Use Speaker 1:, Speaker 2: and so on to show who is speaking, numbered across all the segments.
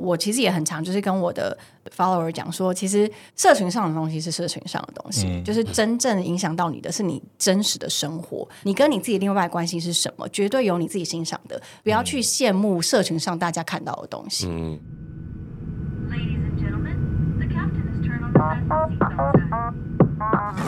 Speaker 1: 我其实也很常就是跟我的 follower 讲说，其实社群上的东西是社群上的东西，就是真正影响到你的是你真实的生活，你跟你自己另外的关系是什么，绝对有你自己欣赏的，不要去羡慕社群上大家看到的东西。
Speaker 2: Ladies and gentlemen, the captain has turned on the fasten seatbelt sign.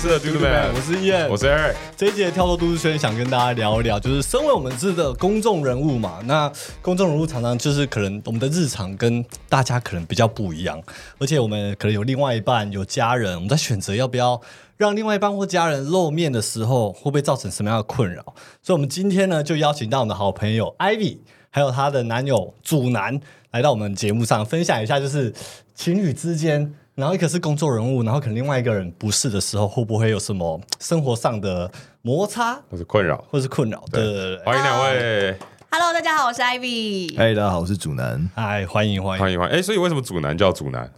Speaker 3: 是 d u d Man，
Speaker 4: 我是燕，
Speaker 3: 我是 Eric。
Speaker 4: 这一节跳脱都市圈，想跟大家聊一聊，就是身为我们是的公众人物嘛，那公众人物常常就是可能我们的日常跟大家可能比较不一样，而且我们可能有另外一半，有家人，我们在选择要不要让另外一半或家人露面的时候，会不会造成什么样的困扰？所以，我们今天呢，就邀请到我们的好朋友 Ivy，还有她的男友祖男，来到我们节目上分享一下，就是情侣之间。然后一个是工作人物，然后可能另外一个人不是的时候，会不会有什么生活上的摩擦
Speaker 3: 我是困扰，
Speaker 4: 或是困扰？对对对对，
Speaker 3: 欢迎两位，
Speaker 1: Hello，大家好，我是 Ivy。
Speaker 5: 嗨，大家好，我是主男，
Speaker 4: 哎，欢迎欢迎。
Speaker 3: 欢迎欢迎。哎，所以为什么主男叫主男？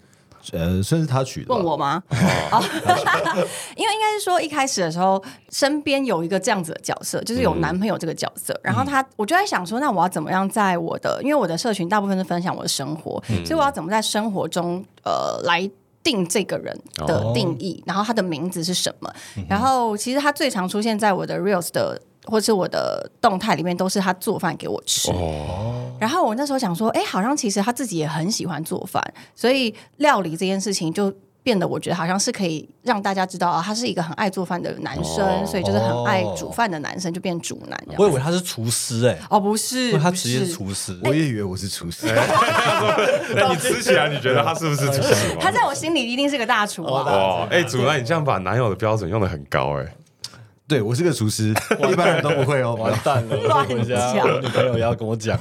Speaker 5: 呃，算是他取的吧。
Speaker 1: 问我吗？哦， 因为应该是说一开始的时候，身边有一个这样子的角色，就是有男朋友这个角色。
Speaker 5: 嗯
Speaker 1: 然后他，我就在想说，那我要怎么样在我的，因为我的社群大部分是分享我的生活，
Speaker 5: 嗯
Speaker 1: 所以我要怎么在生活中呃来。定这个人
Speaker 5: 哦
Speaker 1: 的定义，然后他的名字是什么？
Speaker 5: 嗯
Speaker 1: 然后其实他最常出现在我的 reels 的或是我的动态里面，都是他做饭给我吃。
Speaker 3: 哦
Speaker 1: 然后我那时候想说，哎，好像其实他自己也很喜欢做饭，所以料理这件事情就变得我觉得好像是可以让大家知道啊，他是一个很爱做饭的男生，
Speaker 3: 哦
Speaker 1: 所以就是很爱煮饭的男生就变主男这
Speaker 4: 我
Speaker 1: 样。
Speaker 4: 以为他是厨师哎、
Speaker 1: 哦，不
Speaker 4: 哦因
Speaker 1: 是，
Speaker 4: 为他
Speaker 1: 不
Speaker 4: 职业是厨师。
Speaker 5: 我也以为我是厨师，
Speaker 1: 哎
Speaker 3: 那你吃起来，你觉得哎他是不是主男吗？
Speaker 1: 他在我心里一定是个大厨
Speaker 4: 哦
Speaker 1: 啊。
Speaker 3: 哇，哎，主男，你这样把男友的标准用的很高，哎，
Speaker 5: 对我是个厨师，一般人都不会哦。
Speaker 4: 完蛋了，
Speaker 1: 乱
Speaker 4: 我回家
Speaker 1: 讲
Speaker 4: 我女朋友要跟我讲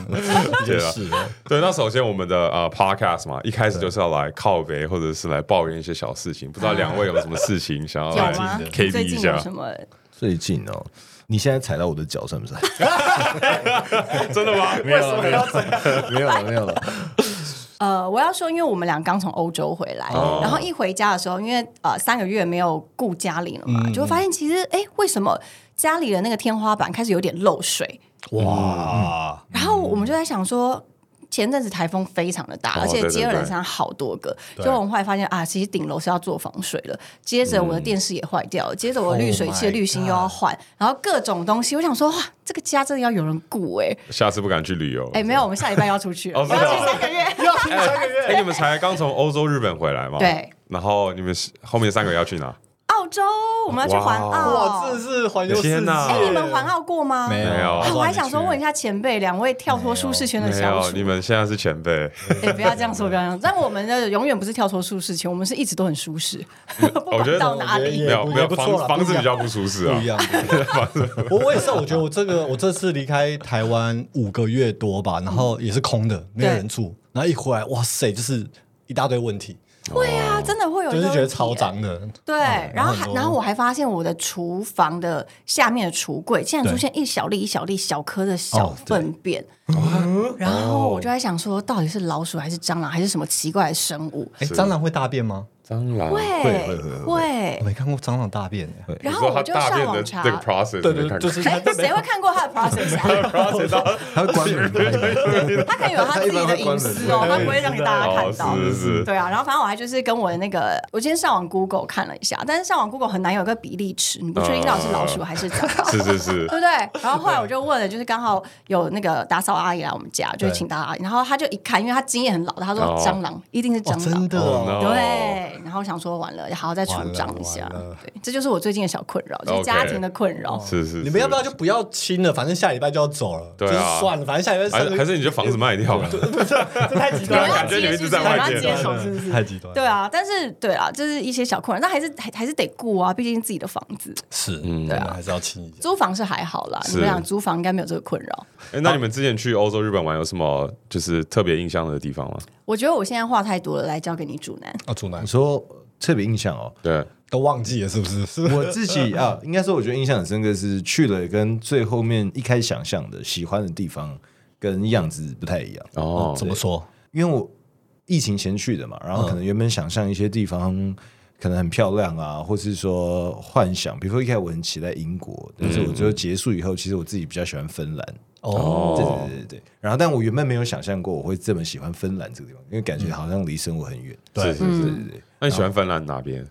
Speaker 4: 这件事了。
Speaker 3: 对，那首先我们的呃 podcast 嘛，一开始就是要来靠北，或者是来抱怨一些小事情。不知道两位有什么事情想要
Speaker 1: 有
Speaker 3: 来
Speaker 1: 吗？
Speaker 3: K
Speaker 1: 哦啊最
Speaker 3: B 一
Speaker 1: 近
Speaker 4: 啊
Speaker 3: 下
Speaker 1: 有？什么？
Speaker 5: 最近哦，你现在踩到我的脚算 不算？
Speaker 3: 真 的吗？没有，没有。
Speaker 5: 没有了，没有了。
Speaker 1: 呃，我要说，因为我们俩刚从欧洲回来，
Speaker 4: 哦
Speaker 1: 然后一回家的时候，因为呃三个月没有顾家里了嘛，
Speaker 4: 嗯
Speaker 1: 就会发现其实哎，诶为什么家里的那个天花板开始有点漏水？
Speaker 4: 哇，
Speaker 1: 然后我们就在想说。前阵子台风非常的大，
Speaker 3: 哦
Speaker 1: 而且
Speaker 3: 对对
Speaker 1: 接二连
Speaker 3: 对
Speaker 1: 三好多个，
Speaker 4: 对
Speaker 1: 就我们后来发现啊，其实顶楼是要做防水了。接着
Speaker 3: 嗯
Speaker 1: 我的电视也坏掉了，接着我的滤水器的
Speaker 4: Oh my
Speaker 1: 滤芯又要
Speaker 4: God
Speaker 1: 换，然后各种东西，我想说哇，这个家真的要有人顾哎、
Speaker 3: 下次不敢去旅游。
Speaker 1: 哎、没有，我们下礼拜要出去了，
Speaker 3: 哦
Speaker 1: 我
Speaker 3: 真的
Speaker 1: 要去三个月，
Speaker 3: 哎，哎，你们才刚从欧洲、日本回来嘛？
Speaker 1: 对。
Speaker 3: 然后你们是后面三个要去哪？
Speaker 1: 澳洲，我们要去环
Speaker 3: 哇
Speaker 1: 澳。
Speaker 4: 哇，这是环游世界。
Speaker 3: 天哪
Speaker 1: 哎、你们环澳过吗？
Speaker 4: 没有？
Speaker 3: 没有
Speaker 1: 啊我还想说问一
Speaker 4: 下，
Speaker 1: 下前辈，两位跳脱舒适圈的
Speaker 3: 没
Speaker 1: 小
Speaker 3: 有，
Speaker 1: 主，
Speaker 3: 你们现在是前辈。
Speaker 1: 哎、不要这样说，不要这样说。但我们的永远不是跳脱舒适圈，我们是一直都很舒适， 不
Speaker 3: 我觉
Speaker 1: 管
Speaker 3: 得
Speaker 1: 到哪
Speaker 4: 我觉
Speaker 1: 里
Speaker 4: 得。也
Speaker 3: 没有
Speaker 4: 不
Speaker 3: 没有
Speaker 4: 也不错
Speaker 3: 房
Speaker 4: 啦
Speaker 3: 房
Speaker 4: 不
Speaker 3: 子
Speaker 4: 一样
Speaker 3: 比较不舒适
Speaker 4: 不
Speaker 3: 啊
Speaker 4: 一。样。我我也是，我觉得我这个我这次离开台湾五个月多吧，然后也是空的，没有人住，然后一回来，哇塞，就是一大堆问题，
Speaker 1: 会啊，真的会有
Speaker 4: 就
Speaker 1: 一
Speaker 4: 是
Speaker 1: 个
Speaker 4: 觉得
Speaker 1: 问题
Speaker 4: 超
Speaker 1: 哎
Speaker 4: 脏的。
Speaker 1: 对，然后还
Speaker 4: 很多
Speaker 1: 然后我还发现我的厨房的下面的橱柜竟然
Speaker 4: 对
Speaker 1: 出现一小粒一小粒小颗的小
Speaker 4: 哦对
Speaker 1: 粪便，然后我就在想说，到底是老鼠还是蟑螂还是什么奇怪的生物？
Speaker 4: 哎，蟑螂会大便吗？
Speaker 3: 蟑螂
Speaker 5: 会会会
Speaker 1: 会
Speaker 3: 哎
Speaker 4: 我，没看过蟑螂大便哎。
Speaker 1: 然
Speaker 3: 你
Speaker 1: 后
Speaker 3: 说
Speaker 1: 我
Speaker 3: 他
Speaker 1: 就
Speaker 3: 大
Speaker 1: 上
Speaker 3: 便的
Speaker 1: 网
Speaker 3: 这
Speaker 1: 查，
Speaker 3: 个 process
Speaker 4: 对
Speaker 3: 没
Speaker 4: 对，对
Speaker 3: 看过
Speaker 4: 就是
Speaker 1: 哎
Speaker 4: 它，
Speaker 1: 谁会看过他的 process 啊？
Speaker 3: process 到
Speaker 5: 他会 关门，
Speaker 1: 他可能 有他自己的隐私哦，他不会让给大家看到
Speaker 3: 哦。是是是，
Speaker 1: 对啊，然后反正我还就是跟我的那个，我今天上网 Google 看了一下，但是上网 Google 很难有个比例尺，你不确定到底是老鼠还是 蟑螂。
Speaker 3: 嗯是是是
Speaker 1: 对不对？然后后来我就问了，就是刚好有那个打扫阿姨来我们家，就请打扫阿姨，然后她就一看，因为她经验很老的，她说
Speaker 3: 哦
Speaker 1: 蟑螂一定是
Speaker 4: 哦
Speaker 1: 蟑螂
Speaker 4: 真，的
Speaker 3: 哦
Speaker 4: 哦。
Speaker 3: no
Speaker 1: 对。然后想说完了，好好再除蟑一下
Speaker 4: 完了完了，
Speaker 1: 对，这就是我最近的小困扰，就是
Speaker 3: OK 哦
Speaker 1: 家庭的困扰。
Speaker 3: 是是，
Speaker 4: 哦你们要不要就不要亲了？反正下礼拜就要走了，
Speaker 3: 对啊
Speaker 4: 就是算了，反正下礼拜
Speaker 3: 还
Speaker 4: 上
Speaker 3: 是
Speaker 4: 个
Speaker 3: 还是你就房子卖掉了？
Speaker 4: 这太极
Speaker 1: 你们
Speaker 4: 端
Speaker 3: 对
Speaker 1: 要
Speaker 3: 感
Speaker 4: 了，
Speaker 3: 觉你
Speaker 1: 接
Speaker 3: 们一
Speaker 1: 是不
Speaker 3: 直
Speaker 1: 是？
Speaker 3: 在
Speaker 1: 你们
Speaker 3: 外嗯
Speaker 1: 要
Speaker 3: 界
Speaker 1: 接手是不是？
Speaker 4: 太极端了。
Speaker 1: 对啊，但是对啊，这是一些小困扰，但还是还还是得顾啊，毕竟自己的房子。
Speaker 4: 是，嗯，对啊，还是要亲一下。
Speaker 1: 租房是还好啦，你们
Speaker 3: 是
Speaker 1: 俩租房应该没有这个困扰。
Speaker 3: 哎，那你们之前去欧洲、日本玩有什么就是特别印象的地方吗？
Speaker 1: 我觉得我现在话太多了，来交给你主男。
Speaker 4: 啊，主男
Speaker 5: 你说特别印象哦。
Speaker 3: 对，
Speaker 4: 都忘记了是不是？是不是
Speaker 5: 我自己啊，应该说我觉得印象很深刻是去了跟最后面一开始想象的喜欢的地方跟样子不太一样，
Speaker 3: 哦，
Speaker 4: 怎么说？
Speaker 5: 因为我疫情前去的嘛，
Speaker 3: 嗯
Speaker 5: 然后可能原本想象一些地方可能很漂亮啊，或是说幻想，比如说一开始我很期待英
Speaker 3: 嗯
Speaker 5: 国，但是我最后结束以后，其实我自己比较喜欢芬兰。
Speaker 4: 哦，
Speaker 5: 对对对对对。然后，但我原本没有想象过我会这么喜欢芬兰这个地方，因为感觉好像离生活很远。
Speaker 4: 对哦
Speaker 3: 是是是。
Speaker 1: 嗯
Speaker 3: 那你喜欢芬兰哪边？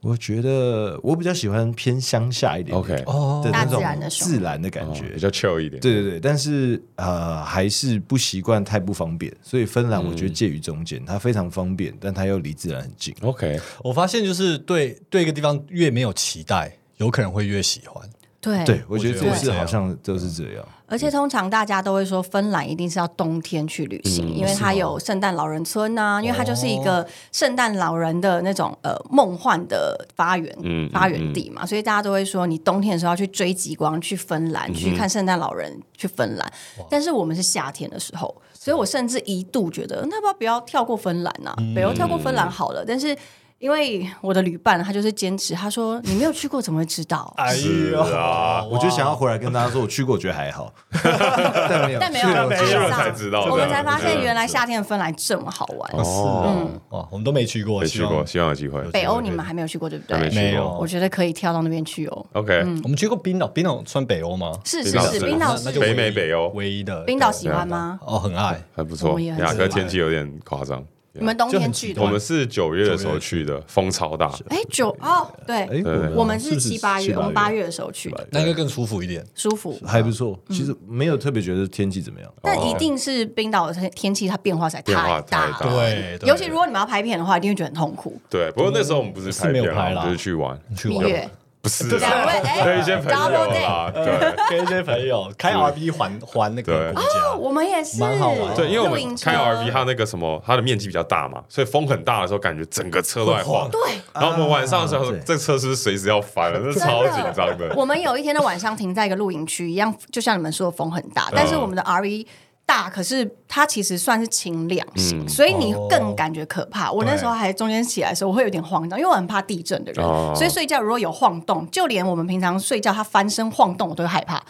Speaker 5: 我觉得我比较喜欢偏乡下一点
Speaker 3: OK 哦
Speaker 5: 哦，对
Speaker 1: 大
Speaker 5: 那
Speaker 1: 自
Speaker 5: 种
Speaker 1: 然的生活
Speaker 5: 自然的感觉
Speaker 3: 比。较 chill 一点。
Speaker 5: 对对对，但是呃，还是不习惯太不方便，所以芬兰我
Speaker 3: 嗯
Speaker 5: 觉得介于中间，它非常方便，但它又离自然很近。
Speaker 3: ，OK，
Speaker 4: 我发现就是对对一个地方越没有期待，有可能会越喜欢。
Speaker 1: 对
Speaker 5: 对，我觉得
Speaker 4: 我觉得
Speaker 5: 这件
Speaker 4: 会
Speaker 5: 事
Speaker 4: 这样
Speaker 5: 好像都是这样。
Speaker 1: 而
Speaker 3: 嗯
Speaker 1: 且通常大家都会说，芬兰一定是要冬天去旅行，
Speaker 3: 嗯
Speaker 1: 因为
Speaker 3: 哦
Speaker 1: 它有圣诞老人村呐、因为它就是一个圣诞老人的那种呃梦幻的发源、
Speaker 3: 嗯
Speaker 1: 发源地嘛，所以大家都会说，你冬天的时候要去追极光，去芬
Speaker 3: 嗯
Speaker 1: 兰，去看圣诞老人，去芬兰。但是我们是夏天的时候，所以我甚至一度觉得，那要不要不要跳过芬兰呐、
Speaker 3: 嗯
Speaker 1: 北欧跳过芬兰好了，但是。因为我的旅伴他就是坚持，他说你没有去过怎么会知道？
Speaker 4: 哎
Speaker 3: 是啊
Speaker 5: 我就想要回来跟大家说，我去过，我觉得还好， 但没有，
Speaker 1: 但没有，
Speaker 4: 没有
Speaker 1: 去了
Speaker 3: 才知道
Speaker 1: 我们
Speaker 3: 对啊
Speaker 1: 才发
Speaker 3: 对
Speaker 1: 现
Speaker 3: 啊
Speaker 1: 原来夏天的芬兰这么好玩。
Speaker 4: 哦，哇，我们都没去过，
Speaker 3: 没
Speaker 4: 希
Speaker 3: 去
Speaker 4: 望
Speaker 3: 过，希望有机会。
Speaker 1: 北欧你们还没有去过，对不
Speaker 3: 还没
Speaker 1: 对？
Speaker 3: 去
Speaker 4: 没
Speaker 3: 过
Speaker 4: 有
Speaker 1: 我。觉得可以跳到那边去哦。
Speaker 3: OK，
Speaker 4: 我们去过冰岛，冰岛算北欧吗？
Speaker 1: 是
Speaker 3: 冰
Speaker 1: 是
Speaker 3: 岛
Speaker 1: 是，
Speaker 3: 是
Speaker 1: 冰岛
Speaker 4: 那
Speaker 1: 是
Speaker 4: 那就唯一
Speaker 3: 北美北欧
Speaker 4: 唯一的
Speaker 1: 冰岛
Speaker 4: 对
Speaker 1: 喜欢吗？
Speaker 4: 哦，很爱
Speaker 3: 还不
Speaker 1: 我
Speaker 3: 错。
Speaker 1: 们也很
Speaker 3: 雅
Speaker 1: 喜
Speaker 3: 科
Speaker 1: 欢
Speaker 3: 天气有点夸张，
Speaker 1: 你们冬
Speaker 4: 就
Speaker 1: 天
Speaker 4: 很
Speaker 1: 去
Speaker 4: 极
Speaker 1: 的
Speaker 3: 我
Speaker 1: 吗？
Speaker 3: 们是九月的时候去的，风超大。
Speaker 1: 哎，九哦，对，
Speaker 5: 哎，
Speaker 3: 对
Speaker 5: 们
Speaker 1: 我们是
Speaker 5: 不
Speaker 1: 七八
Speaker 5: 七
Speaker 1: 月，我们八月的时候去的，
Speaker 4: 那应该更舒服一点。
Speaker 1: 舒服。
Speaker 5: 还不错，其实没有特别觉得天气怎么样。
Speaker 1: 但一定是冰岛的天天气它变化实在
Speaker 3: 变化
Speaker 1: 太
Speaker 3: 太大
Speaker 1: 了
Speaker 4: 对，对
Speaker 1: 尤其如果你们要拍片的话，一定会觉得很痛苦。
Speaker 3: 对，不过那时候我们不是
Speaker 4: 是
Speaker 3: 拍
Speaker 4: 没有
Speaker 3: 片啊，
Speaker 4: 拍
Speaker 3: 我
Speaker 4: 啦嗯
Speaker 3: 们就是去玩，
Speaker 4: 去
Speaker 1: 蜜
Speaker 4: 玩
Speaker 1: 月
Speaker 3: 不是啦
Speaker 1: 两位哎
Speaker 3: 跟一些朋友
Speaker 1: double date
Speaker 3: 啦，
Speaker 1: 嗯
Speaker 3: 对。
Speaker 4: 跟一些朋友开 RV 环环那个
Speaker 3: 对
Speaker 4: 国 家，
Speaker 1: 我们也是，
Speaker 4: 蛮好玩的
Speaker 3: 对，因为我
Speaker 1: 露营
Speaker 3: 们
Speaker 1: 车
Speaker 3: 开 RV，它那个什么，它的面积比较大嘛，所以风很大的时候，感觉整个车都在晃。对，然后我们晚上的时候
Speaker 5: 啊，对
Speaker 3: 这车是不是随时要翻了？那超紧张的。
Speaker 1: 我们有一天的晚上停在一个露营区，一样，就像你们说的风很大，但是我们的 R V 大，可是它其实算是轻量型，所以你更感觉可怕。我那时候还中间起来的时候，我会有点慌张，因为我很怕地震的人，
Speaker 3: 哦
Speaker 1: 所以睡觉如果有晃动，就连我们平常睡觉它翻身晃动，我都会害怕。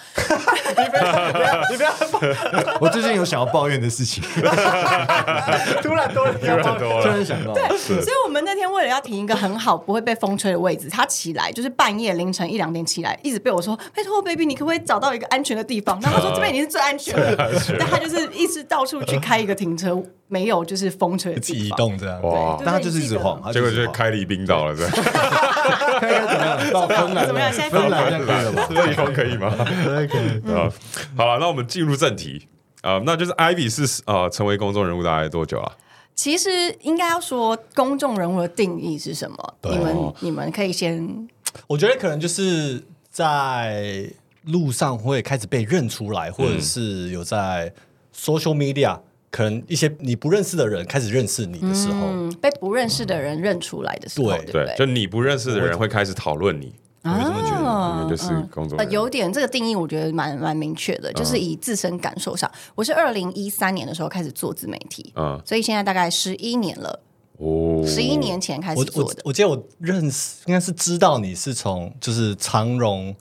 Speaker 5: 我最近有想要抱怨的事 情，
Speaker 4: 突然多了一个
Speaker 3: 很多
Speaker 5: 突
Speaker 3: 了
Speaker 5: 然想到，
Speaker 1: 所以我们那天为了要停一个很好不会被风吹的位置，他起来就是半夜凌晨一两点起来，一直被我说：“拜托，baby，你可不可以找到一个安全的地方？”然后他说：“这边已经是最安全的。” 但他就是一直到处去开一个停车没有就是风吹的
Speaker 4: 移
Speaker 1: 地方。
Speaker 4: 动这样。
Speaker 3: 哇
Speaker 1: 对！
Speaker 5: 但他就是一直晃，它
Speaker 3: 结果
Speaker 5: 一直
Speaker 3: 就
Speaker 5: 晃
Speaker 3: 开离冰岛了，对。
Speaker 5: 看看怎么样，到芬兰
Speaker 1: 怎么样现在
Speaker 5: 芬兰这样可以了吧？
Speaker 3: 这以后可以吗？
Speaker 4: 嗯
Speaker 3: 可以啊。好了，那我们进入正题啊、呃那就是 Ivy 是呃成为公众人物大概多久了？ 啊
Speaker 1: 其实应该要说公众人物的定义是什么？
Speaker 4: 对
Speaker 1: 你们你们可以先
Speaker 4: 我觉得可能就是在路上会开始被认出来，或者是有在 social media，可能一些你不认识的人开始认识你的时候，
Speaker 1: 嗯被不认识的人认出来的时候，
Speaker 4: 对
Speaker 1: 对不
Speaker 3: 对，就你不认识的人会开始讨论你，
Speaker 1: 啊
Speaker 3: 你们就是公众
Speaker 1: 呃，
Speaker 3: 人物。
Speaker 1: 有点这个定义，我觉得蛮蛮明确的，就是
Speaker 3: 嗯
Speaker 1: 以自身感受上，我是二零一三年的时候开始做自媒体，
Speaker 3: 嗯
Speaker 1: 所以现在大概十一年了，
Speaker 3: 哦，
Speaker 1: 十一年前开始
Speaker 4: 我
Speaker 1: 做
Speaker 4: 我
Speaker 1: 的，
Speaker 4: 我记得我认识，应该是知道你是从就是长荣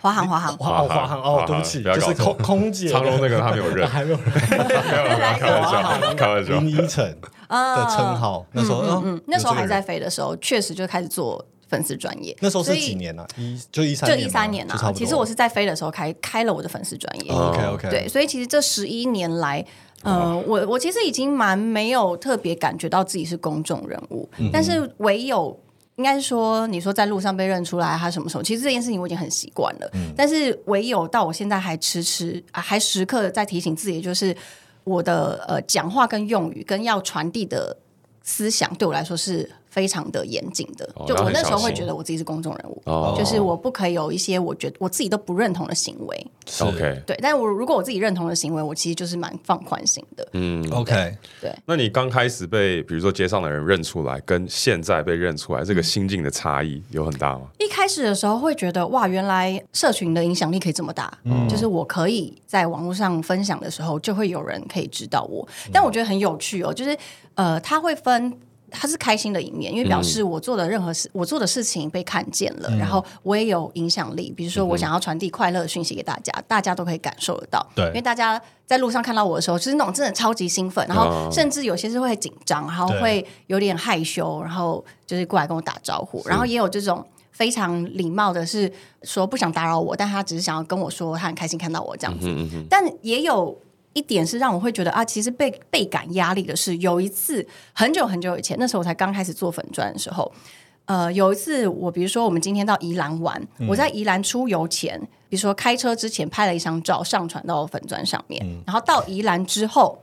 Speaker 1: 华航华航，
Speaker 4: 华
Speaker 3: 航
Speaker 4: 哦华航
Speaker 3: 华
Speaker 4: 哦
Speaker 3: 航，
Speaker 4: 对不起，
Speaker 3: 不要
Speaker 4: 就
Speaker 3: 搞
Speaker 4: 是
Speaker 3: 错
Speaker 4: 空空姐
Speaker 3: 长 荣那个他没有 认
Speaker 4: 还没 有人
Speaker 3: 没有没有开玩笑，开玩笑
Speaker 4: 林。依晨的称号，那时候嗯
Speaker 1: 啊嗯，那时候还。
Speaker 4: 有这个
Speaker 1: 在
Speaker 4: 人
Speaker 1: 飞的时候，确实就开始做粉丝专业，
Speaker 4: 那时候是
Speaker 1: 所以
Speaker 4: 几？年啊？一就一三
Speaker 1: 就
Speaker 4: 年
Speaker 1: 一
Speaker 4: 吗
Speaker 1: 三年
Speaker 4: 就差
Speaker 1: 啊
Speaker 4: 不，多
Speaker 1: 其实我是在飞的时候开开了我的粉丝专业，
Speaker 3: 哦
Speaker 4: OK OK
Speaker 1: 对，所以其实这十一年来，呃，我我其实已经蛮没有特别感觉到自己是公众人物，
Speaker 3: 嗯
Speaker 1: 但是唯有。应该是说，你说在路上被认出来，啊他什么时候？其实这件事情我已经很习惯了，
Speaker 3: 嗯
Speaker 1: 但是唯有到我现在还迟迟、啊、还时刻地在提醒自己，就是我的呃讲话跟用语跟要传递的思想，对我来说是非常的严谨的。
Speaker 3: 哦
Speaker 1: 就
Speaker 3: 那
Speaker 1: 我
Speaker 3: 很
Speaker 1: 那时候
Speaker 3: 小
Speaker 1: 会
Speaker 3: 心
Speaker 1: 觉得我自己是公众人物，
Speaker 3: 哦
Speaker 1: 就是我不可以有一些我觉得我自己都不认同的行为。
Speaker 3: OK，
Speaker 1: 对，但我如果我自己认同的行为，我其实就是蛮放宽心的。嗯
Speaker 4: OK，
Speaker 3: 那你刚开始被比如说街上的人认出来，跟现在被认出来这个心境的差异有很大吗？
Speaker 1: 一开始的时候会觉得哇，原来社群的影响力可以这么大，就是我可以在网络上分享的时候，就会有人可以知道我。但我觉得很有趣哦，就是呃，它会分它是开心的一面，因为表示我做的任何事，我做的事情被看见了，然后我也有影响力。比如说，我想要传递快乐的讯息给大家，大家都可以感受得到。
Speaker 4: 对
Speaker 1: 因为大家在路上看到我的时候，就是那种真的超级兴奋，然后甚至有些是会紧张，然后
Speaker 4: 对
Speaker 1: 会有点害羞，然后就是过来跟我打招呼，然后也有这种。非常礼貌的是说不想打扰我，但他只是想要跟我说他很开心看到我这样子。但也有一点是让我会觉得啊，其实倍倍感压力的是，有一次很久很久以前，那时候我才刚开始做粉砖的时候，呃，有一次我比如说我们今天到宜兰玩，我在宜兰出游前，比如说开车之前拍了一张照，上传到粉砖上面，然后到宜兰之后。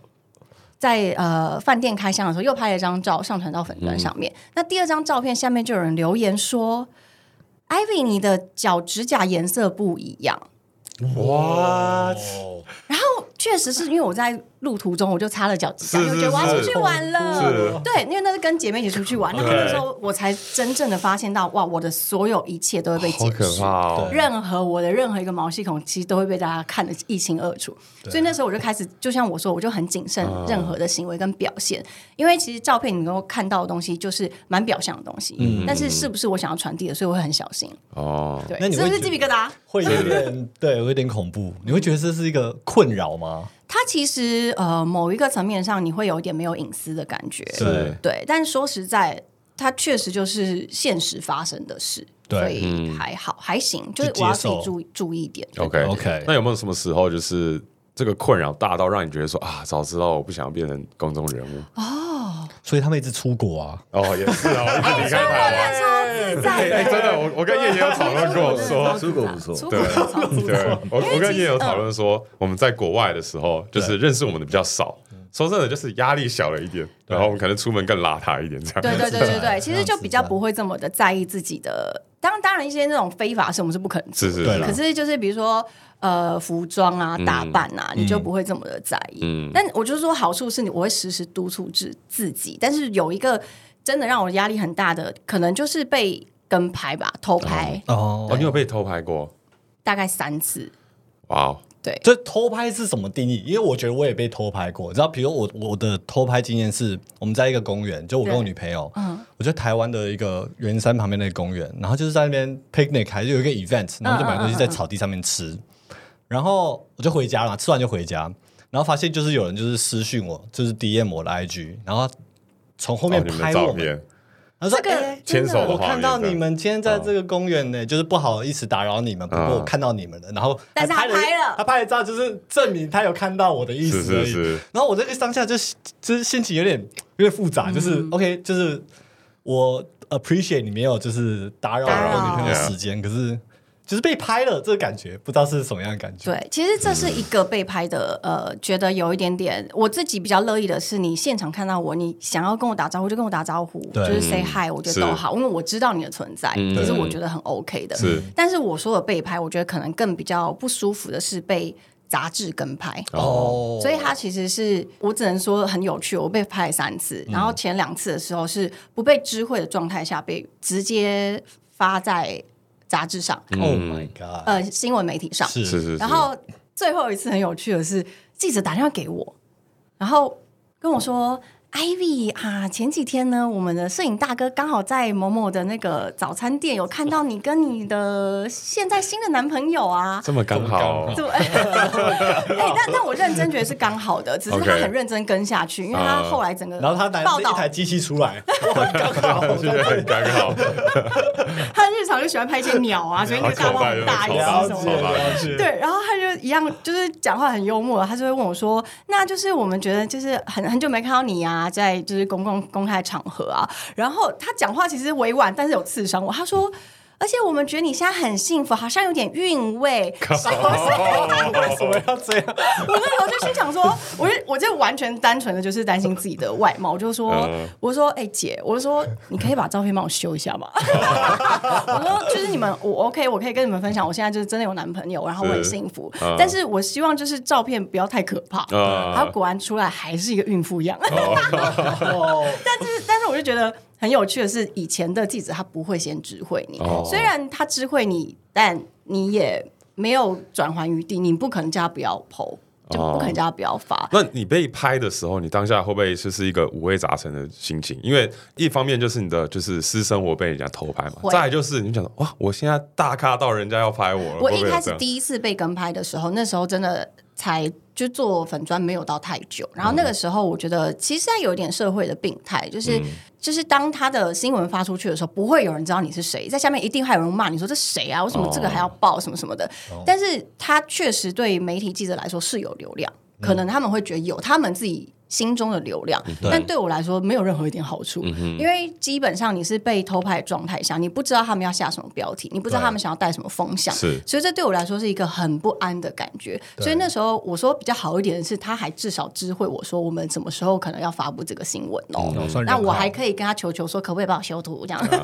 Speaker 1: 在呃饭店开箱的时候，又拍了一张照上传到粉
Speaker 3: 嗯
Speaker 1: 砖上面。那第二张照片下面就有人留言说：“Ivy，你的脚指甲颜色不一样。”
Speaker 3: 哇，
Speaker 4: 哦，
Speaker 1: 然后确实是因为我在路途中我就擦了脚趾甲，
Speaker 3: 是
Speaker 1: 就觉得我要
Speaker 3: 是
Speaker 1: 出
Speaker 3: 是
Speaker 1: 去玩了
Speaker 3: 是。
Speaker 1: 对，因为那是跟姐妹一起出去玩，那
Speaker 3: 对
Speaker 1: 个时候我才真正的发现到，哇，我的所有一切都会被
Speaker 3: 好
Speaker 1: 解
Speaker 3: 可
Speaker 1: 释。
Speaker 3: 怕哦！
Speaker 4: 对
Speaker 1: 任何我的任何一个毛细孔，其实都会被大家看得一清二楚。所以那时候我就开始，就像我说，我就很谨慎
Speaker 3: 啊
Speaker 1: 任何的行为跟表现，因为其实照片你能够看到的东西就是蛮表象的东西，但是是不是我想要传递的，所以我会很小心。
Speaker 3: 哦，
Speaker 1: 对
Speaker 4: 那，你
Speaker 1: 是不
Speaker 4: 会
Speaker 1: 是
Speaker 4: 觉
Speaker 1: 鸡皮疙瘩？
Speaker 4: 会有点对，有点恐怖。你会觉得这是一个困扰吗？
Speaker 1: 它其实呃某一个层面上，你会有一点没有隐私的感觉，
Speaker 4: 对
Speaker 1: 对。但说实在，它确实就是现实发生的事，
Speaker 4: 对
Speaker 1: 所以还好、还行，就是
Speaker 4: 就接
Speaker 1: 我要自
Speaker 4: 受
Speaker 1: 己注意注意一点。
Speaker 3: OK
Speaker 4: OK
Speaker 3: 那有没有什么时候就是这个困扰大到让你觉得说啊，早知道我不想要变成公众人物？
Speaker 4: 所以他们一直出国啊，
Speaker 3: 哦，也是啊，我离开台湾。
Speaker 1: 哦超自在
Speaker 3: 哎，真的，我我跟叶也有讨 论过，说
Speaker 5: 出国不错
Speaker 1: 出国
Speaker 3: 对
Speaker 1: 超自
Speaker 3: 对
Speaker 1: 在，，
Speaker 3: 我我
Speaker 1: 因为
Speaker 3: 跟
Speaker 1: 其
Speaker 3: 叶
Speaker 1: 实
Speaker 3: 有讨论说，我们在国外的时候，就是认识我们的比较少，说真的，就是压力小了一点，然后我们可能出门更邋遢一点，这样。
Speaker 1: 嗯对 对对对
Speaker 4: 自在
Speaker 1: 对，其实就比较不会这么的在意自己的。当然，当然一些那种非法事我们是不可能做
Speaker 3: 是
Speaker 1: 的，
Speaker 3: 是
Speaker 4: 对
Speaker 3: 是
Speaker 4: 啦
Speaker 1: 可是就是比如说呃服装啊、打扮啊，你
Speaker 3: 嗯
Speaker 1: 就不会这么的在意。但我就说好处是你我会时时督促自自己，但是有一个真的让我压力很大的，可能就是被跟拍吧，偷拍、
Speaker 4: 哦
Speaker 3: 哦，你有被偷拍过？
Speaker 1: 大概三次。
Speaker 3: 哇哦，
Speaker 1: 对，
Speaker 4: 这偷拍是什么定义？因为我觉得我也被偷拍过。你知道，比如我我的偷拍经验是，我们在一个公园，就我跟我
Speaker 1: 对
Speaker 4: 女朋友，我觉得台湾的一个圆山旁边那个公园，然后就是在那边 picnic，还是有一个 event，然后就买东西在草地上面吃，然后我就回家了，吃完就回家，然后发现就是有人就是私讯我，就是 DM 我的 IG，然后从后
Speaker 3: 哦，
Speaker 4: 面
Speaker 3: 你们的
Speaker 4: 拍
Speaker 3: 照
Speaker 4: 我们，
Speaker 3: 片，
Speaker 4: 然后说
Speaker 1: 这
Speaker 4: 哎
Speaker 1: 个
Speaker 3: 牵手
Speaker 4: 我看到你们今天在
Speaker 3: 哦
Speaker 4: 这个公园呢、就是不好意思打扰你们，不
Speaker 3: 嗯
Speaker 4: 过我看到你们了，然后还
Speaker 1: 但是他
Speaker 4: 了
Speaker 1: 拍了
Speaker 4: 他拍了照，就是证明他有看到我的意思
Speaker 3: 是
Speaker 4: 而
Speaker 3: 是
Speaker 4: 已
Speaker 3: 是，
Speaker 4: 然后我这个当下就就是心情有点有点复杂，
Speaker 1: 嗯
Speaker 4: 就是 OK，就是我 appreciate 你没有就是打扰
Speaker 1: 打扰
Speaker 4: 我女朋友的时间，可是就是被拍了这个感觉，不知道是什么样的感觉。
Speaker 1: 对，其实这是一个被拍的，呃，觉得有一点点，我自己比较乐意的是，你现场看到我，你想要跟我打招呼就跟我打招呼，就
Speaker 4: 对
Speaker 1: 是 say hi，我觉得都
Speaker 3: 嗯是
Speaker 1: 好，因为我知道你的存在，
Speaker 3: 嗯
Speaker 1: 这是
Speaker 3: 对
Speaker 1: 我觉得很 OK 的。
Speaker 3: 是
Speaker 1: 但是我说的被拍，我觉得可能更比较不舒服的是被杂志跟拍。
Speaker 4: 哦，
Speaker 1: 所以它其实是我只能说很有趣，我被拍了三
Speaker 3: 嗯
Speaker 1: 次，然后前两次的时候是不被知会的状态下被直接发在杂志上，
Speaker 4: Oh my God，、
Speaker 1: 呃，新闻媒体上。
Speaker 4: 是
Speaker 3: 嗯是是，
Speaker 1: 然后最后一次很有趣的是，记者打电话给我，然后跟我说。Ivy 啊，前几天呢，我们的摄影大哥刚好在某某的那个早餐店有看到你跟你的现在新的男朋友啊，
Speaker 3: 这么刚好
Speaker 1: 对，哎、 但但我认真觉得是刚好的，只是他
Speaker 3: OK 啊
Speaker 1: 很认真跟下去，因为他后来整个
Speaker 4: 然后他拿
Speaker 1: 报
Speaker 4: 着
Speaker 1: 道
Speaker 4: 一台机器出来， 哇，刚好
Speaker 3: 这个很刚好，
Speaker 1: 他日常就喜欢拍一些鸟 啊，所以那个大包很大一只
Speaker 4: 了
Speaker 1: 什
Speaker 4: 解
Speaker 1: 么的。
Speaker 4: 了解，
Speaker 1: 对，然后他就一样，就是讲话很幽默，他就会问我说：“那就是我们觉得就是很很久没看到你啊，在就是公共公开场合啊。”然后他讲话其实委婉，但是有刺伤我。他说。而且我们觉得你现在很幸福，好像有点韵味。
Speaker 4: 哦为什么要这样？
Speaker 1: 我那时候就心想说，我就我就完全单纯的就是担心自己的外貌，我就说
Speaker 3: 嗯，
Speaker 1: 我说，哎、姐，我就说，你可以把照片帮我修一下吗？ 我说，就是你们，我 OK，我可以跟你们分享，我现在就是真的有男朋友，然后我很
Speaker 3: 是
Speaker 1: 幸福，
Speaker 3: 嗯
Speaker 1: 但是我希望就是照片不要太可怕。
Speaker 3: 嗯
Speaker 1: 然后果然出来还是一个孕妇样，
Speaker 4: 哦，
Speaker 1: 但是但是我就觉得很有趣的是，以前的记者他不会先知会你，
Speaker 3: 哦
Speaker 1: 虽然他知会你，但你也没有转圜余地，你不可能叫他不要剖。就不可能叫他不要发。
Speaker 3: 那你被拍的时候，你当下会不会就是一个五味杂陈的心情？因为一方面就是你的就是私生活被人家偷拍嘛，
Speaker 1: 会
Speaker 3: 再来就是你想说哇，我现在大咖到人家要拍我了，
Speaker 1: 我
Speaker 3: 会
Speaker 1: 一
Speaker 3: 不会有
Speaker 1: 开
Speaker 3: 这
Speaker 1: 始
Speaker 3: 样
Speaker 1: 第一次被跟拍的时候，那时候真的才就做粉砖没有到太久，然后那个
Speaker 3: 嗯
Speaker 1: 时候我觉得其实它有一点社会的病态，就是、就是当他的新闻发出去的时候，不会有人知道你是谁，在下面一定还有人骂你说这谁啊，为什么这个还要
Speaker 3: 哦
Speaker 1: 报什么什么的，但是他确实对媒体记者来说是有流量，可
Speaker 3: 嗯
Speaker 1: 能他们会觉得有他们自己。心中的流量，但对我来说没有任何一点好处，
Speaker 3: 嗯
Speaker 1: 因为基本上你是被偷拍的状态下，你不知道他们要下什么标题，你不知道
Speaker 4: 对
Speaker 1: 他们想要带什么风向，
Speaker 3: 是
Speaker 1: 所以这对我来说是一个很不安的感觉。所以那时候我说比较好一点的是，他还至少知会我说我们什么时候可能要发布这个新闻哦。
Speaker 4: 哦算人
Speaker 1: 那我
Speaker 4: 好
Speaker 1: 还可以跟他求求说，可不可以帮我修图这样子？